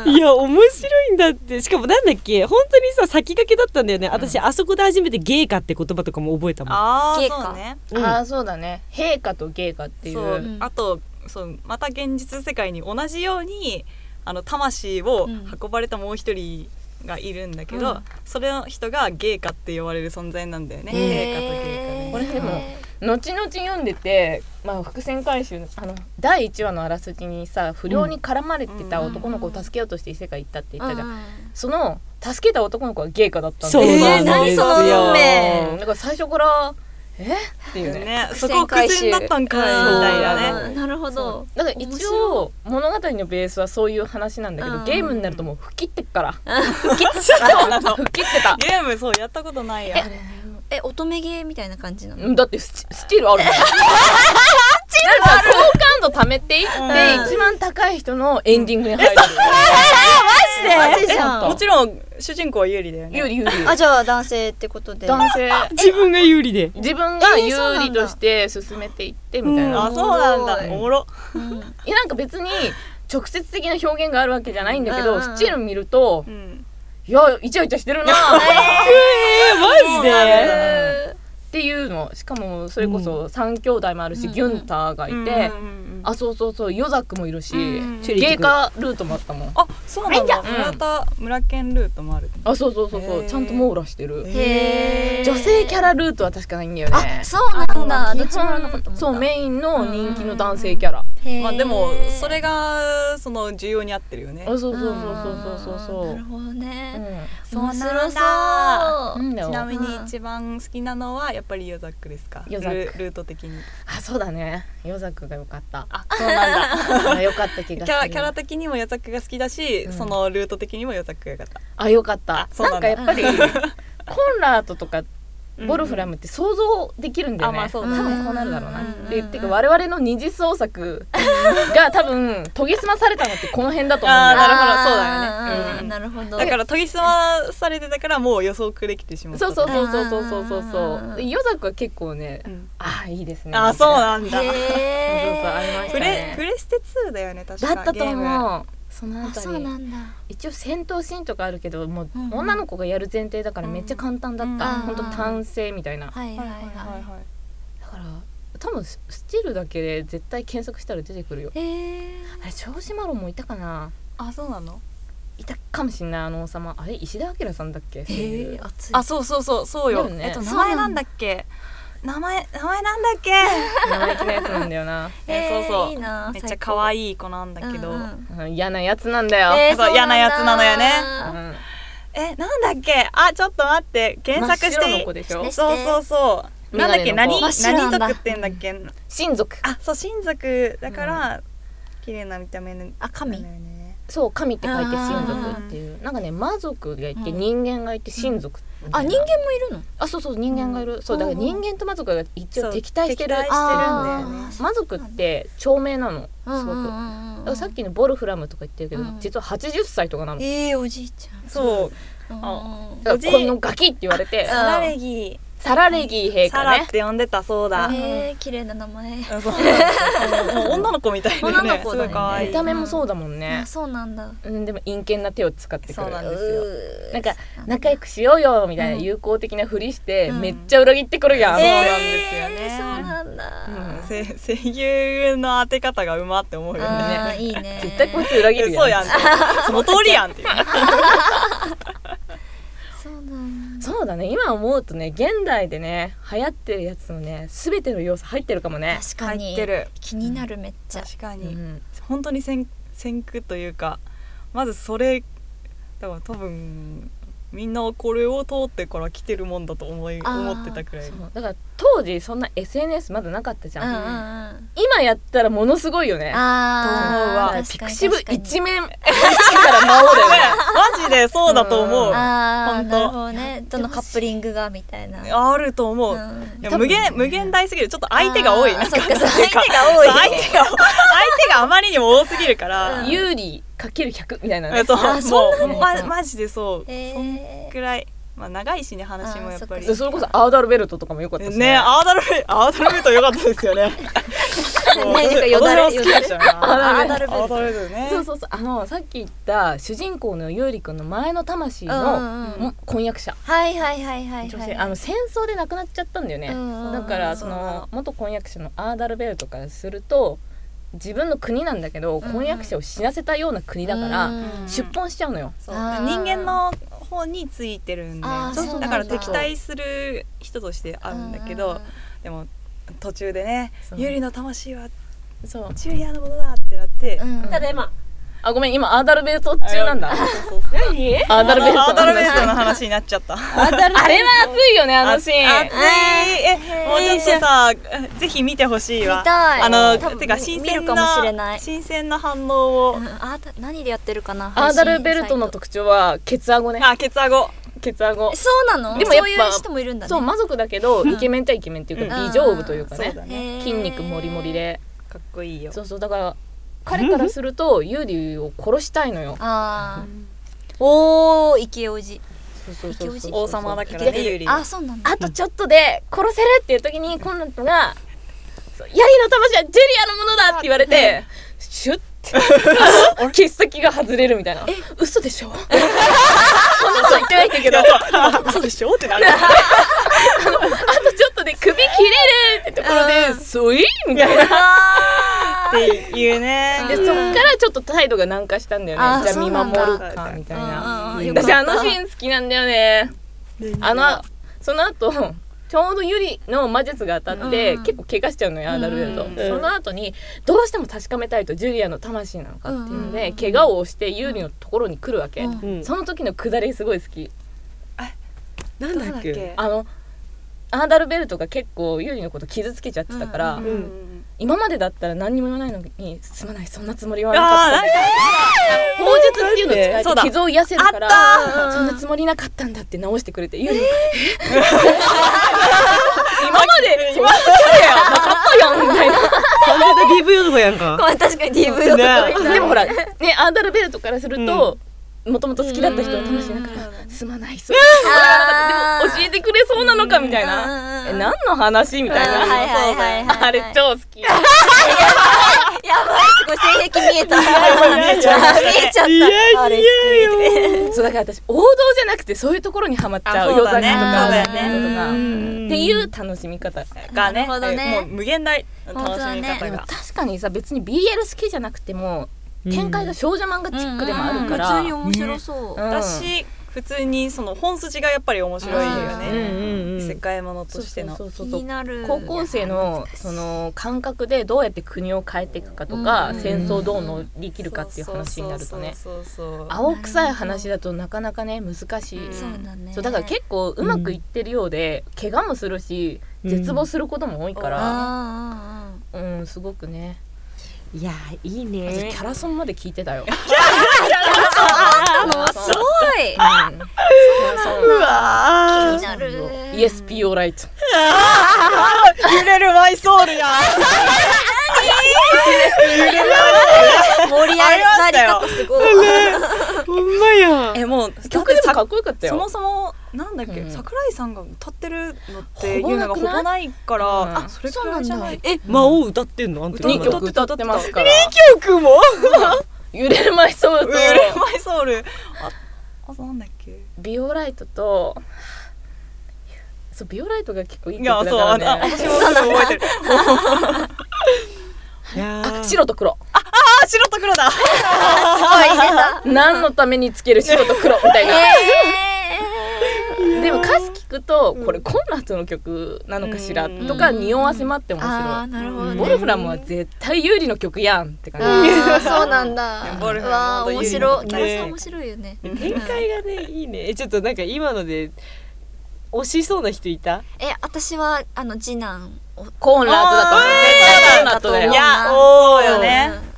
Speaker 6: いや面白いんだってしかもなんだっけ本当にさ先駆けだったんだよね私あそこで初めて「ゲイカ」って言葉とかも覚えたもん
Speaker 2: あ
Speaker 3: ゲ
Speaker 2: ー
Speaker 3: ーか
Speaker 2: そうね
Speaker 6: うん
Speaker 4: ああそうだね陛下と芸下っていう
Speaker 2: そう、
Speaker 3: ん
Speaker 2: あとそうまた現実世界に同じようにあの魂を運ばれたもう一人がいるんだけど、それの人がゲイカって呼ばれる存在なんだよね。ゲイカとゲイ
Speaker 4: これでも後々読んでて、まあ、伏線回収あの第1話のあらすじにさ不良に絡まれてた男の子を助けようとして異世界行ったって言ったじゃん、その助けた男の子は芸下だったんだ
Speaker 6: そう
Speaker 4: よ
Speaker 6: なん
Speaker 3: えー
Speaker 6: で
Speaker 3: 何
Speaker 6: す
Speaker 3: その運
Speaker 6: よ。
Speaker 3: 命
Speaker 4: うんだから最初からえっていう
Speaker 2: カ
Speaker 4: ね
Speaker 2: ね、そ
Speaker 3: 伏線
Speaker 2: こを苦
Speaker 3: 回収
Speaker 2: 戦だったんかいみたいなね。
Speaker 3: ねなるほど
Speaker 4: だから一応物語のベースはそういう話なんだけど、ゲームになるともう吹っ切ってっから吹っ切ってた吹っ切ってた
Speaker 2: ゲームそうやったことないや。
Speaker 3: え乙女ゲーみたいな感じなの
Speaker 4: うんだってスチスチールあるもん。スチールある。好感度貯めていって、
Speaker 2: うん
Speaker 4: 一番高い人のエンディングに入る。
Speaker 3: マジじゃ
Speaker 4: え
Speaker 3: ん
Speaker 2: もちろん主人公は有利だよね。
Speaker 4: 有利有利。
Speaker 3: あじゃあ男性ってことで
Speaker 4: 男性。
Speaker 6: 自分が有利で。
Speaker 4: 自分が有利として進めていってみたいな。
Speaker 2: あそうなん
Speaker 3: う
Speaker 2: だ。おもろ。
Speaker 4: いやなんか別に。直接的な表現があるわけじゃないんだけど、
Speaker 6: うんうんうん
Speaker 4: スチール見ると
Speaker 2: うん
Speaker 4: いやイチャイチャしてるな
Speaker 6: マジで
Speaker 4: っていうのしかもそれこそ3兄弟もあるし、ギュンターがいて、
Speaker 2: うんうんうんうん
Speaker 4: あそうそうそうヨザックもいるし、
Speaker 2: うん
Speaker 6: チェリー
Speaker 4: ゲ
Speaker 6: テ
Speaker 4: イ
Speaker 6: ク
Speaker 4: カルートもあったもん
Speaker 2: あそうなんだ
Speaker 4: あいいんじゃん
Speaker 2: 村田村県ルートもある
Speaker 4: あそうそうそうそう、
Speaker 2: へー
Speaker 4: ちゃんと網羅してる
Speaker 3: へ
Speaker 4: 女性キャラルートは確かないんだよね
Speaker 3: あそうなんだ
Speaker 4: 基本
Speaker 3: どっちもあるのかと思った
Speaker 4: そうメインの人気の男性キャラ、
Speaker 3: へー
Speaker 2: まあでもそれがその需要に合ってるよね
Speaker 4: あそうそうそうそうそうそう
Speaker 3: なるほど
Speaker 4: うん
Speaker 3: ね、面白
Speaker 2: そうな
Speaker 4: な
Speaker 3: そ
Speaker 4: んだ
Speaker 2: ち
Speaker 4: よ
Speaker 2: なみに一番好きなのはやっぱりヨザックですか
Speaker 4: ヨザック
Speaker 2: ルルート的に
Speaker 4: あそうだねヨザックが良かった
Speaker 2: あそうなん だ
Speaker 4: あ良かった気
Speaker 2: キ
Speaker 4: が
Speaker 2: ャ
Speaker 4: する
Speaker 2: ラキャラ的にもヨザックが好きだし、
Speaker 4: うん
Speaker 2: そのルート的にもヨザックが良かった
Speaker 4: あ良かった
Speaker 2: そう
Speaker 4: な
Speaker 2: なんん
Speaker 4: か
Speaker 2: だ
Speaker 4: やっぱりコンラートとかボルフラムって想像できるんだよね、
Speaker 2: あまあそう
Speaker 4: 多
Speaker 2: だね
Speaker 4: 分こうなるだろうな、
Speaker 2: うん
Speaker 4: でっていうか我々の二次創作が多分研ぎ澄まされたのってこの辺だと思うんだよ
Speaker 2: なるほど
Speaker 3: あー
Speaker 2: そうだよね
Speaker 3: あー
Speaker 2: うん
Speaker 3: なるほど
Speaker 2: だから研ぎ澄まされてたからもう予測できてしまった
Speaker 4: そうそうそうそうそうそうそう
Speaker 3: うんうんうん
Speaker 4: でヨザクは結構ね、
Speaker 2: うん
Speaker 4: ああいいですね
Speaker 2: あそう
Speaker 4: だ
Speaker 2: なんだ
Speaker 4: そうそう
Speaker 3: へ
Speaker 4: そうありまし
Speaker 2: プ
Speaker 4: た
Speaker 2: レプ
Speaker 4: ね
Speaker 2: レステ2だよね確
Speaker 4: だ
Speaker 2: か
Speaker 4: ったと
Speaker 2: ゲーム
Speaker 4: 思うその
Speaker 3: ー
Speaker 4: あ
Speaker 3: あ
Speaker 4: た
Speaker 3: そう
Speaker 4: り
Speaker 3: なんだ
Speaker 4: 一応戦闘シーンとかあるけどもう
Speaker 3: うんうん
Speaker 4: 女の子がやる前提だからめっちゃ簡単だった、
Speaker 3: うん
Speaker 4: ほんと単性みたいな、
Speaker 3: はいはいはい
Speaker 2: はい
Speaker 4: だから多分ススチールだけで絶対検索したら出てくるよ
Speaker 3: へえ
Speaker 4: あれ長島論もいたかな
Speaker 2: あそうなの
Speaker 4: いたかもしんないあの王様あれ石田明さんだっけそういう
Speaker 3: 熱い
Speaker 2: あそうそうそうそうよ
Speaker 4: だよね
Speaker 2: えっと
Speaker 3: そ
Speaker 2: 名
Speaker 3: うなんだ
Speaker 2: 前なんだっけ名前名前なんだっけ
Speaker 4: 生意気なやつなんだよな
Speaker 2: え
Speaker 3: へー
Speaker 2: そうそう
Speaker 3: いいな
Speaker 2: めっちゃ可愛い子なんだけど
Speaker 3: うんうん
Speaker 4: うん嫌なやつなんだよ、
Speaker 3: え
Speaker 2: そう嫌なやつなのよね
Speaker 3: そう
Speaker 4: うん
Speaker 2: えなんだっけあちょっと待って検索し
Speaker 4: 真っ白
Speaker 2: てい
Speaker 4: の
Speaker 2: い
Speaker 4: 子でしょ
Speaker 3: ね
Speaker 2: そうそうそうなんだっけ
Speaker 4: メガネの子
Speaker 2: 何
Speaker 3: 真っ白なん
Speaker 2: 何
Speaker 3: だ
Speaker 2: 族ってんだっけ
Speaker 4: 親族
Speaker 2: あそう親族だから綺麗な見た目の
Speaker 3: あ神
Speaker 2: だよね
Speaker 4: そう神って書いて親
Speaker 3: うんうん
Speaker 4: 族っていうなんかね魔族がいて人間がいて親族みた
Speaker 3: あ
Speaker 4: いな
Speaker 3: 人間もいるの
Speaker 4: あそうそう人間がいる、そうだから人間と魔族が一
Speaker 2: そ
Speaker 4: 応
Speaker 2: う
Speaker 4: 敵対してる
Speaker 2: 敵対
Speaker 3: あ
Speaker 2: してるんだよね
Speaker 3: ー
Speaker 4: 魔族って長命なのすごく、
Speaker 3: うんうん
Speaker 4: だからさっきのボルフラムとか言ってるけど、
Speaker 3: うん
Speaker 4: 実は80歳とかなの、
Speaker 3: ええおじいちゃん
Speaker 2: そ
Speaker 3: う
Speaker 2: う
Speaker 3: んうん
Speaker 4: だから
Speaker 2: おじい
Speaker 4: このガキって言われて
Speaker 2: サラレギ
Speaker 4: サラレギー陛
Speaker 2: サ
Speaker 4: 下
Speaker 2: ラっ
Speaker 4: ね
Speaker 2: て呼んでたそうだ
Speaker 3: へえ綺麗な名前
Speaker 2: そう そうそうもう女の子みたいな
Speaker 3: 女
Speaker 2: ね
Speaker 3: の
Speaker 2: す
Speaker 3: 子
Speaker 2: ご
Speaker 3: だよね
Speaker 2: い可愛い
Speaker 4: 見た目もそうだもんね
Speaker 3: あ、そうなんだ
Speaker 4: うん、でも陰険な手を使ってく
Speaker 2: そう
Speaker 4: る
Speaker 2: なん
Speaker 4: な
Speaker 2: ですよ
Speaker 4: んか仲良くしようよみたいな友好的なふりして、めっちゃ裏切ってくるやん、
Speaker 2: そうなん
Speaker 4: ね
Speaker 2: ですよ
Speaker 3: えーそう
Speaker 2: ね
Speaker 3: なんだ
Speaker 4: うん
Speaker 2: せ声優の当て方がうまって思うよね
Speaker 3: あーいいね
Speaker 4: 絶対こいつ裏切るやん
Speaker 2: そうや んってその通りやんっていう
Speaker 3: そうなんだ
Speaker 4: そうだね今思うとね現代でね流行ってるやつのね全ての要素入ってるかもね、
Speaker 3: 確か
Speaker 2: 入
Speaker 3: に
Speaker 2: ってる
Speaker 3: 気になるめっちゃ
Speaker 2: 確か
Speaker 4: う
Speaker 2: に、
Speaker 4: ん、
Speaker 2: 本当に先先駆というかまずそれだから多分みんなこれを通ってから来てるもんだと思い
Speaker 3: あー
Speaker 2: 思ってたくらい
Speaker 4: そうだから当時そんな SNS まだなかったじ
Speaker 3: うんう
Speaker 4: ゃん、
Speaker 3: んうん
Speaker 4: 今やったらものすごいよね
Speaker 3: あ
Speaker 4: もう
Speaker 3: ー
Speaker 4: ピ
Speaker 3: 確か
Speaker 4: ク
Speaker 3: に
Speaker 4: シブ
Speaker 3: 確かに
Speaker 4: 一面から魔王だよね
Speaker 2: マジでそうだと思う
Speaker 3: あ
Speaker 2: あ
Speaker 3: ー
Speaker 2: 本当
Speaker 3: なるほどねどのカップリングがみたいな
Speaker 2: ると思う、
Speaker 3: うん
Speaker 2: いや
Speaker 4: 多分
Speaker 2: 無限無限大すぎるちょっと相手が多い
Speaker 3: あー
Speaker 2: なんか
Speaker 3: そっか
Speaker 2: なんていうか
Speaker 3: 相手が多い
Speaker 2: そう相手が相手があまりにも多すぎるから、
Speaker 3: うん
Speaker 4: 有利かける100みたいな
Speaker 2: え
Speaker 4: ね
Speaker 2: っと
Speaker 3: あ
Speaker 2: も
Speaker 3: そんな
Speaker 2: う
Speaker 3: の
Speaker 2: まマジでそう、そん
Speaker 3: え
Speaker 2: くらいまあ長いしね話もやっぱり
Speaker 3: あーっか
Speaker 4: それこそアーダルベルトとかも良かったし
Speaker 2: ねアーダルベアーダルベルト良かったですよね。
Speaker 3: ねなんかよだれ
Speaker 2: 私も好きでしたよね
Speaker 3: アーダルベルト
Speaker 2: アーダルベルトね。
Speaker 4: そうそうそうあのさっき言った主人公のゆうりくんの前の魂
Speaker 3: うん
Speaker 4: の、
Speaker 3: うんうん
Speaker 4: も婚約者
Speaker 3: はいはいはいはい
Speaker 4: 女
Speaker 3: は
Speaker 4: 性
Speaker 3: い
Speaker 4: あの戦争で亡くなっちゃったんだよね、
Speaker 3: うんうん
Speaker 4: だからそ
Speaker 2: そうな
Speaker 4: の
Speaker 2: の
Speaker 4: 元婚約者のアーダルベルトからすると自分の国なんだけど
Speaker 3: ん
Speaker 4: 婚約者を死なせたような国だから、
Speaker 3: うん
Speaker 4: 出奔しちゃうのよ、
Speaker 2: そう
Speaker 3: あー
Speaker 2: 人間の方についてるんで
Speaker 3: あー
Speaker 2: そう
Speaker 3: そうなん
Speaker 2: だ
Speaker 3: だ
Speaker 2: から敵対する人としてあるんだけど、でも途中でね
Speaker 4: そう
Speaker 2: ユリの魂は
Speaker 4: そう
Speaker 2: ジュリアのものだってなって、
Speaker 3: うんうん
Speaker 7: ただいま
Speaker 4: あごめん今アーダルベルト中なんだ
Speaker 2: そうそうそう
Speaker 7: 何
Speaker 4: アーダルベルト
Speaker 2: アー
Speaker 4: の
Speaker 2: ダルベ
Speaker 4: 話
Speaker 2: ルトの話になっちゃった。
Speaker 4: あれは熱いよねあのシー
Speaker 2: あ
Speaker 4: ン
Speaker 2: 熱いえもうちょっとさぜひ見てほしいわ
Speaker 3: 見たい
Speaker 2: あの
Speaker 3: 多分
Speaker 2: てか新
Speaker 3: 見
Speaker 2: 鮮
Speaker 3: る
Speaker 2: な
Speaker 3: かもしれない
Speaker 2: 新鮮な反応を、
Speaker 3: うんあーた何でやってるかな
Speaker 4: アーダルベルトの
Speaker 3: 配信
Speaker 4: 特徴はケツアゴね
Speaker 2: あケツアゴ
Speaker 4: ケツアゴ
Speaker 3: サイトそうなの
Speaker 4: でもやっぱ
Speaker 3: そういう人もいるんだね
Speaker 4: そう魔族だけど、イケメン対イケメンっていうか、
Speaker 3: うん
Speaker 4: 美女部というか
Speaker 2: そう
Speaker 4: ね
Speaker 2: だね
Speaker 3: へー
Speaker 4: 筋肉もりもりで
Speaker 2: かっこいいよ
Speaker 4: そうそうだから彼からするとユリを殺したいのよ
Speaker 3: ああおおイケオジ
Speaker 4: そうそうそうそう
Speaker 2: 王様だからねユリ
Speaker 3: あそうなんだ
Speaker 4: あとちょっとで殺せるっていう時にコンラッドが「そう槍の魂はジュリアのものだ!」って言われてシュッ切っ先が外れるみたいな。え、嘘でしょそんなこと言ってないんだけど、あ
Speaker 2: そうでしょってな る。
Speaker 4: とちょっとで首切れるってところで、スイーみたいな。
Speaker 2: っていうね。
Speaker 4: で、そっからちょっと態度が軟化したんだよ
Speaker 3: あ
Speaker 4: ね。じゃあ
Speaker 3: そう
Speaker 4: 見
Speaker 3: なん
Speaker 4: 守
Speaker 3: だ
Speaker 4: るか、みたいな。
Speaker 3: うんうんうんよかった
Speaker 4: 私、あのシーン好きなんだよね。あの、その後、ちょうどユリの魔術が当たって、
Speaker 3: うん
Speaker 4: 結構怪我しちゃうのよ、アダルベルト。
Speaker 3: うん
Speaker 4: その後に、どうしても確かめたいと、ジュリアの魂なのかっていうので、怪我をしてユリのところに来るわけ。
Speaker 3: うん
Speaker 6: うん
Speaker 4: その時の下りすごい好き。
Speaker 6: なんだっけ
Speaker 4: あのアーダルベルトが結構ユリのこと傷つけちゃってたから、
Speaker 2: うんうん
Speaker 4: 今までだったら何にも言わないのに「すまないそんなつもりはな
Speaker 2: あ
Speaker 4: か
Speaker 2: ーな
Speaker 4: っ
Speaker 2: んか
Speaker 4: た」口術っていうのを
Speaker 2: な
Speaker 4: 使
Speaker 2: んでそう
Speaker 4: って
Speaker 2: だ
Speaker 4: 傷を癒せるから
Speaker 3: あった
Speaker 4: そんなつもりなかったんだって直してくれてユリもえ 今までそんなキャラなかったやんみたいな
Speaker 6: 完全な DV 男やんか
Speaker 3: まあ確かに DV を
Speaker 6: ね
Speaker 4: でもほらねアーダルベルトからすると、もともと好きだった人の魂だから「すまないそう
Speaker 3: あ
Speaker 4: 教えてくれそうなのか」みたいな。え
Speaker 3: な
Speaker 4: 何の話みたい
Speaker 3: うんはいはいはいはい
Speaker 4: な。あれ超好き。
Speaker 3: やばいすごい性癖見えた見えちゃった見えちゃったあれ
Speaker 4: そうだから私王道じゃなくてそういうところにはまっちゃう
Speaker 2: あそ
Speaker 4: 夜
Speaker 2: うだ
Speaker 4: 桜と
Speaker 2: ね
Speaker 4: か
Speaker 2: そうだよ
Speaker 4: と
Speaker 2: ね
Speaker 4: かっていう楽しみ方。
Speaker 2: が
Speaker 3: なるほどね
Speaker 2: ね、もう無限大の楽し
Speaker 3: 本
Speaker 2: み
Speaker 3: 当
Speaker 2: 方
Speaker 3: だ
Speaker 4: でも
Speaker 2: が。
Speaker 4: 確かにさ別に BL 好きじゃなくても展開が少女漫画チックでもあるから。
Speaker 3: 普通に面白そう、
Speaker 4: うん
Speaker 2: 私普通にその本筋がやっぱり面白いよ
Speaker 6: うん
Speaker 2: ね。
Speaker 6: うん
Speaker 2: 異
Speaker 6: う
Speaker 2: 世
Speaker 6: ん
Speaker 2: 界もの
Speaker 4: そ
Speaker 2: と
Speaker 4: う
Speaker 2: しての。
Speaker 4: そうそう
Speaker 3: 気
Speaker 4: そう
Speaker 3: になる
Speaker 4: 高校生のその感覚でどうやって国を変えていくかとか、
Speaker 3: うん
Speaker 4: 戦争をどう乗り切るかっていう話になるとね
Speaker 2: そうそうそうそう。
Speaker 4: 青臭い話だとなかなかね難しい、
Speaker 2: うん
Speaker 3: そうだね
Speaker 4: そうだから結構うまくいってるようで、怪我もするし絶望することも多いから、
Speaker 3: あー
Speaker 4: うんすごくね、
Speaker 6: いやいい
Speaker 4: 私
Speaker 6: ね
Speaker 4: キャラソンまで聞いてたよ。
Speaker 3: あーあーあーすごい
Speaker 2: うわ
Speaker 3: 気になる
Speaker 4: イエスピーオーライト。
Speaker 2: ー揺れるマイソウルや。
Speaker 3: 盛り上がり方すごい
Speaker 6: ほんまや
Speaker 2: えもう
Speaker 4: 曲でもかっこよかった
Speaker 2: そも
Speaker 4: よ。
Speaker 2: そもなんだっけ、
Speaker 4: うん
Speaker 2: 桜井さんが歌ってるのっていうのがほぼないから
Speaker 4: ほぼなくないうん
Speaker 2: あそれくらいじゃない
Speaker 6: え魔王歌ってんのあんた
Speaker 4: 二
Speaker 2: 歌っ
Speaker 4: 曲
Speaker 2: てた
Speaker 4: 歌ってますから。
Speaker 6: 曲も
Speaker 4: 揺れるマイソウル
Speaker 2: ウ
Speaker 4: と
Speaker 2: ールマイソ ウルああとなんだっけ
Speaker 4: ビオライトと。そうビオライトが結構いい
Speaker 2: い
Speaker 4: 曲だか
Speaker 2: やそうあ
Speaker 4: ら
Speaker 2: のあ
Speaker 4: ね。
Speaker 2: 私もすぐ覚えてる
Speaker 6: いや
Speaker 4: あ
Speaker 6: ー
Speaker 4: 白と黒。
Speaker 2: あ白と黒だ
Speaker 4: 何のためにつける白と黒みたいな。でも歌詞聞くとこれコンラッドの曲なのかしらとか匂わせまって面
Speaker 3: あ
Speaker 4: 白
Speaker 3: あなるほど
Speaker 4: い。
Speaker 3: ね
Speaker 4: ボルフラムは絶対有利の曲やんって感じ。
Speaker 3: あーそうなんだ
Speaker 2: ボルフ
Speaker 3: わあ
Speaker 2: ラム
Speaker 3: 面
Speaker 2: のユリ
Speaker 3: 白
Speaker 2: の
Speaker 3: いキャラさん面白いよね
Speaker 6: 展開がねいいねえちょっとなんか今ので惜しそうな人いた
Speaker 3: え私はあの次男を
Speaker 4: コーンラートだと思う。絶対コーンラートだ
Speaker 2: い
Speaker 4: よ。
Speaker 2: やそうよね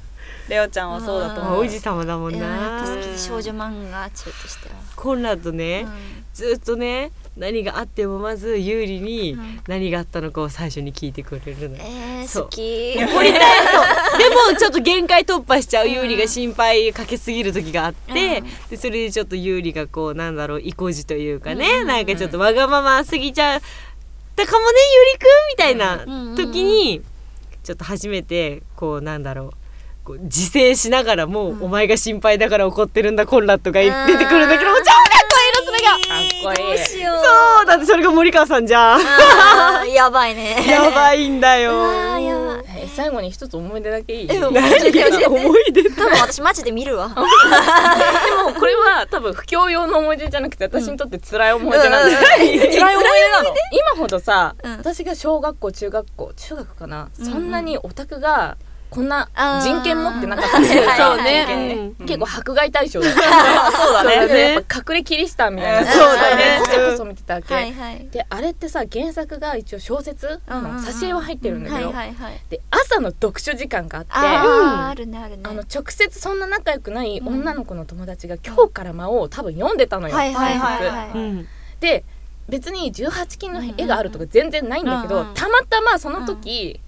Speaker 2: レオちゃんはそうだと
Speaker 6: あ
Speaker 2: 思う
Speaker 6: 王子様だも
Speaker 3: うんんいやや
Speaker 6: な
Speaker 3: っぱ好きで少女漫画中としては
Speaker 6: コンラッドね、
Speaker 3: う
Speaker 6: ずっとね何があってもまず有利に
Speaker 3: うん
Speaker 6: 何があったのかを最初に聞いてくれるの、
Speaker 3: んえ
Speaker 6: そ
Speaker 3: ー
Speaker 6: う
Speaker 3: 好き
Speaker 6: でもちょっと限界突破しちゃう有利が心配かけすぎる時があって、
Speaker 3: うん
Speaker 6: でそれでちょっと有利がこうなんだろう意固地というかね、なんかちょっとわがまますぎちゃったかもね有利くんみたい
Speaker 3: うんうん
Speaker 6: な時にちょっと初めてこうなんだろうこう自制しながらも、お前が心配だから怒ってるんだコンラッドが
Speaker 3: うん
Speaker 6: 出てくるんだけどもう超かっこいいのそれが
Speaker 4: かっこいい。
Speaker 3: しよう
Speaker 6: そうだってそれが森川さんじゃん
Speaker 3: あーやばいね
Speaker 6: やばいんだよ
Speaker 3: あーやばい
Speaker 4: え最後に一つ思い出だけいい。
Speaker 3: え
Speaker 4: でも
Speaker 3: 教えて教えて
Speaker 6: 思い出
Speaker 3: 多分私マジで見るわ
Speaker 4: これは多分不況用の思い出じゃなくて私にとって辛い思い出なんだ。
Speaker 6: 辛い思い出なの
Speaker 4: 今ほどさ、
Speaker 3: うん
Speaker 4: 私が小学校中学校中学かな、そんなにオタクがこんな
Speaker 3: あー
Speaker 4: 人権持ってなかったんですよ
Speaker 3: はい
Speaker 4: そう
Speaker 3: はい
Speaker 6: はい
Speaker 4: 人権ね
Speaker 6: う
Speaker 4: 結構迫害 対象だったそうだ
Speaker 6: ね
Speaker 4: やっぱ隠れキリシタンみたいな
Speaker 2: そうだ
Speaker 6: ね
Speaker 4: こちゃこそ見てたわけ、
Speaker 3: はいはい
Speaker 4: であれってさ原作が一応小説、
Speaker 3: うんうんうん
Speaker 4: 挿絵は入ってるんだ
Speaker 3: は
Speaker 4: け
Speaker 3: い
Speaker 4: ど、
Speaker 3: はいはい
Speaker 4: で朝の読書時間があって
Speaker 3: あーあるねあるね
Speaker 4: あの直接そんな仲良くない女の子の友達が「今日から魔王」を多分読んでたのよ、
Speaker 3: はいはいはい
Speaker 4: 原
Speaker 3: はい
Speaker 6: ん、
Speaker 4: 作で別に18禁の絵があるとか全然ないんだけど、
Speaker 3: うんうん
Speaker 4: たまたまその時、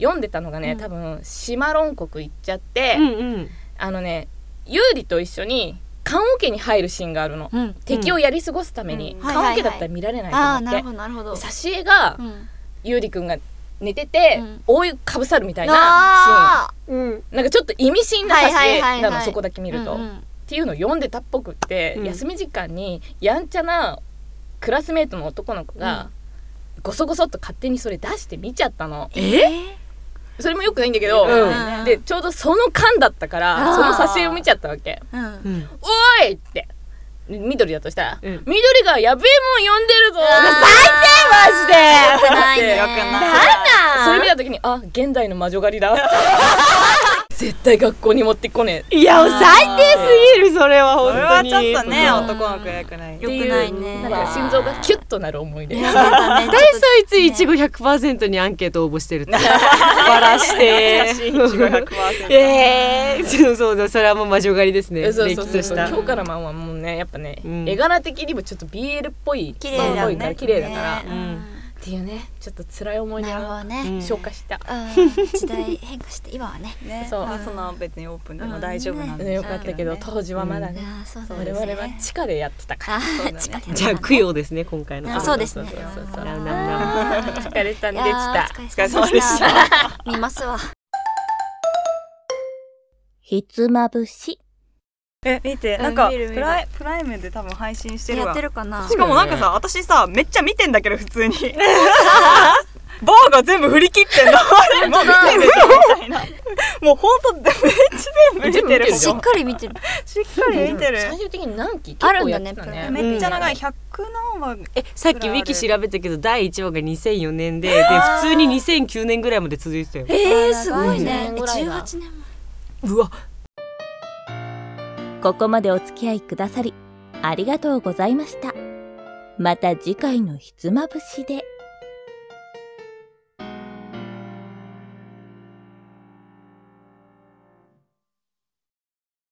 Speaker 4: 読んでたのがね多分シマロン国行っちゃって、
Speaker 6: うんうん
Speaker 4: あのねユーリと一緒に棺桶に入るシーンがあるの、
Speaker 3: うん
Speaker 4: 敵をやり過ごすために
Speaker 3: うん
Speaker 4: 棺桶だったら見られないと
Speaker 3: あ
Speaker 4: 思
Speaker 3: あ
Speaker 4: って、
Speaker 3: なるほどなるほど
Speaker 4: で挿絵が
Speaker 3: うん
Speaker 4: ユーリくんが寝てて、
Speaker 3: うん
Speaker 4: 覆いかぶさるみたいなシーン
Speaker 3: あ
Speaker 6: うん。
Speaker 4: なんかちょっと意味深な歌詞
Speaker 3: はいはい
Speaker 4: で
Speaker 3: はいはい
Speaker 4: なんかそこだけ見ると、
Speaker 3: うんう
Speaker 4: っ
Speaker 3: ん
Speaker 4: ていうのを読んでたっぽくって、
Speaker 6: うん
Speaker 4: 休み時間にやんちゃなクラスメートの男の子が、ごそごそっと勝手にそれ出して見ちゃったのそれもよくないんだけど、
Speaker 3: うん
Speaker 4: でちょうどその間だったから
Speaker 3: あー
Speaker 4: その挿絵を見ちゃったわけ
Speaker 3: うん
Speaker 8: うん
Speaker 4: 「おい!」って緑だとしたら「
Speaker 6: うん
Speaker 4: 緑がやべえもん読んでるぞ!」
Speaker 3: 最低マジでよくないね
Speaker 2: よくない
Speaker 4: それ見た時に「あ現代の魔女狩りだ」絶対学校に持ってこねえ
Speaker 6: いや、最低すぎる、それは
Speaker 2: それは
Speaker 6: 本
Speaker 2: ち
Speaker 6: 当に。
Speaker 2: ょっとね
Speaker 3: うん
Speaker 2: 男の子よくない
Speaker 4: っ
Speaker 3: よ
Speaker 4: て
Speaker 3: く
Speaker 4: いう
Speaker 3: ないね
Speaker 4: なんか心臓がキュッとなる思い出
Speaker 3: ねダメ
Speaker 6: 大体そいついちご100%にアンケート応募してるって。バラして。
Speaker 2: 100%
Speaker 6: ええそうそうそう、それはもう魔女狩りですね。
Speaker 4: え
Speaker 6: 歴
Speaker 4: そう
Speaker 6: 史
Speaker 4: そうそ
Speaker 6: と
Speaker 4: う
Speaker 6: し
Speaker 4: そう
Speaker 6: た。
Speaker 4: 今日からマンはもうねやっぱね、
Speaker 6: うん
Speaker 4: 絵柄的にもちょっと BL っぽい
Speaker 3: 綺麗
Speaker 4: っ
Speaker 3: だ
Speaker 4: ぽ
Speaker 3: ね
Speaker 4: いから綺麗だから、
Speaker 3: ね
Speaker 4: っていうねちょっと辛い思
Speaker 3: う
Speaker 4: い
Speaker 3: ん
Speaker 4: 出
Speaker 3: なるほ
Speaker 4: を
Speaker 3: どね
Speaker 6: うん
Speaker 4: 消化した、
Speaker 3: うん時代変化して今はね
Speaker 2: ね
Speaker 4: そう
Speaker 2: まあそんな別にオープンでも大丈夫なん
Speaker 4: う
Speaker 2: で
Speaker 4: ん
Speaker 2: す
Speaker 4: よかったけど、
Speaker 2: ね
Speaker 4: 当時はまだ
Speaker 3: い
Speaker 4: ね
Speaker 3: や、ーそうだ
Speaker 4: 我
Speaker 3: ね
Speaker 4: 々は地下でやってたから
Speaker 3: あ
Speaker 2: そうだ
Speaker 3: ー
Speaker 2: ね
Speaker 3: 近く
Speaker 6: じゃあ、供養ですね、今回の。
Speaker 3: あそうですね
Speaker 4: そうそうそう
Speaker 6: ラウナムナム
Speaker 4: 疲れたん
Speaker 3: い
Speaker 4: で
Speaker 3: や
Speaker 4: き
Speaker 3: ー
Speaker 4: た
Speaker 3: お
Speaker 2: お疲れ様でした
Speaker 3: た見ますわ
Speaker 1: ひつまぶし。
Speaker 2: え見てなんか
Speaker 3: うん見る見る
Speaker 2: プライプライムで多分配信してる
Speaker 3: やっ
Speaker 2: わ
Speaker 3: てるかな
Speaker 2: しかもなんかさ私さめっちゃ見てんだけど普通 にバーが全部振り切ってんのあれもう見てるでしょ みたいなもうほんとめっちゃ全部見て
Speaker 4: 全
Speaker 2: る
Speaker 4: 部見てる
Speaker 2: し
Speaker 4: じ
Speaker 3: し
Speaker 4: ゃ
Speaker 3: っかり見てる
Speaker 2: っかり見てる
Speaker 4: 最終的に何期結
Speaker 3: ある
Speaker 4: 構
Speaker 3: ん
Speaker 4: や
Speaker 3: だ
Speaker 4: っ
Speaker 3: ね
Speaker 4: てたね
Speaker 3: プ
Speaker 2: めっちゃ長い100何話
Speaker 6: えさっきウィキ調べたけど第1話が2004年でで普通に2009年ぐらいまで続いてたよ
Speaker 3: えーすごいね
Speaker 4: うん
Speaker 3: え18年
Speaker 6: うわ
Speaker 1: ここまでお付き合いくださり、ありがとうございました。また次回のひつまぶしで。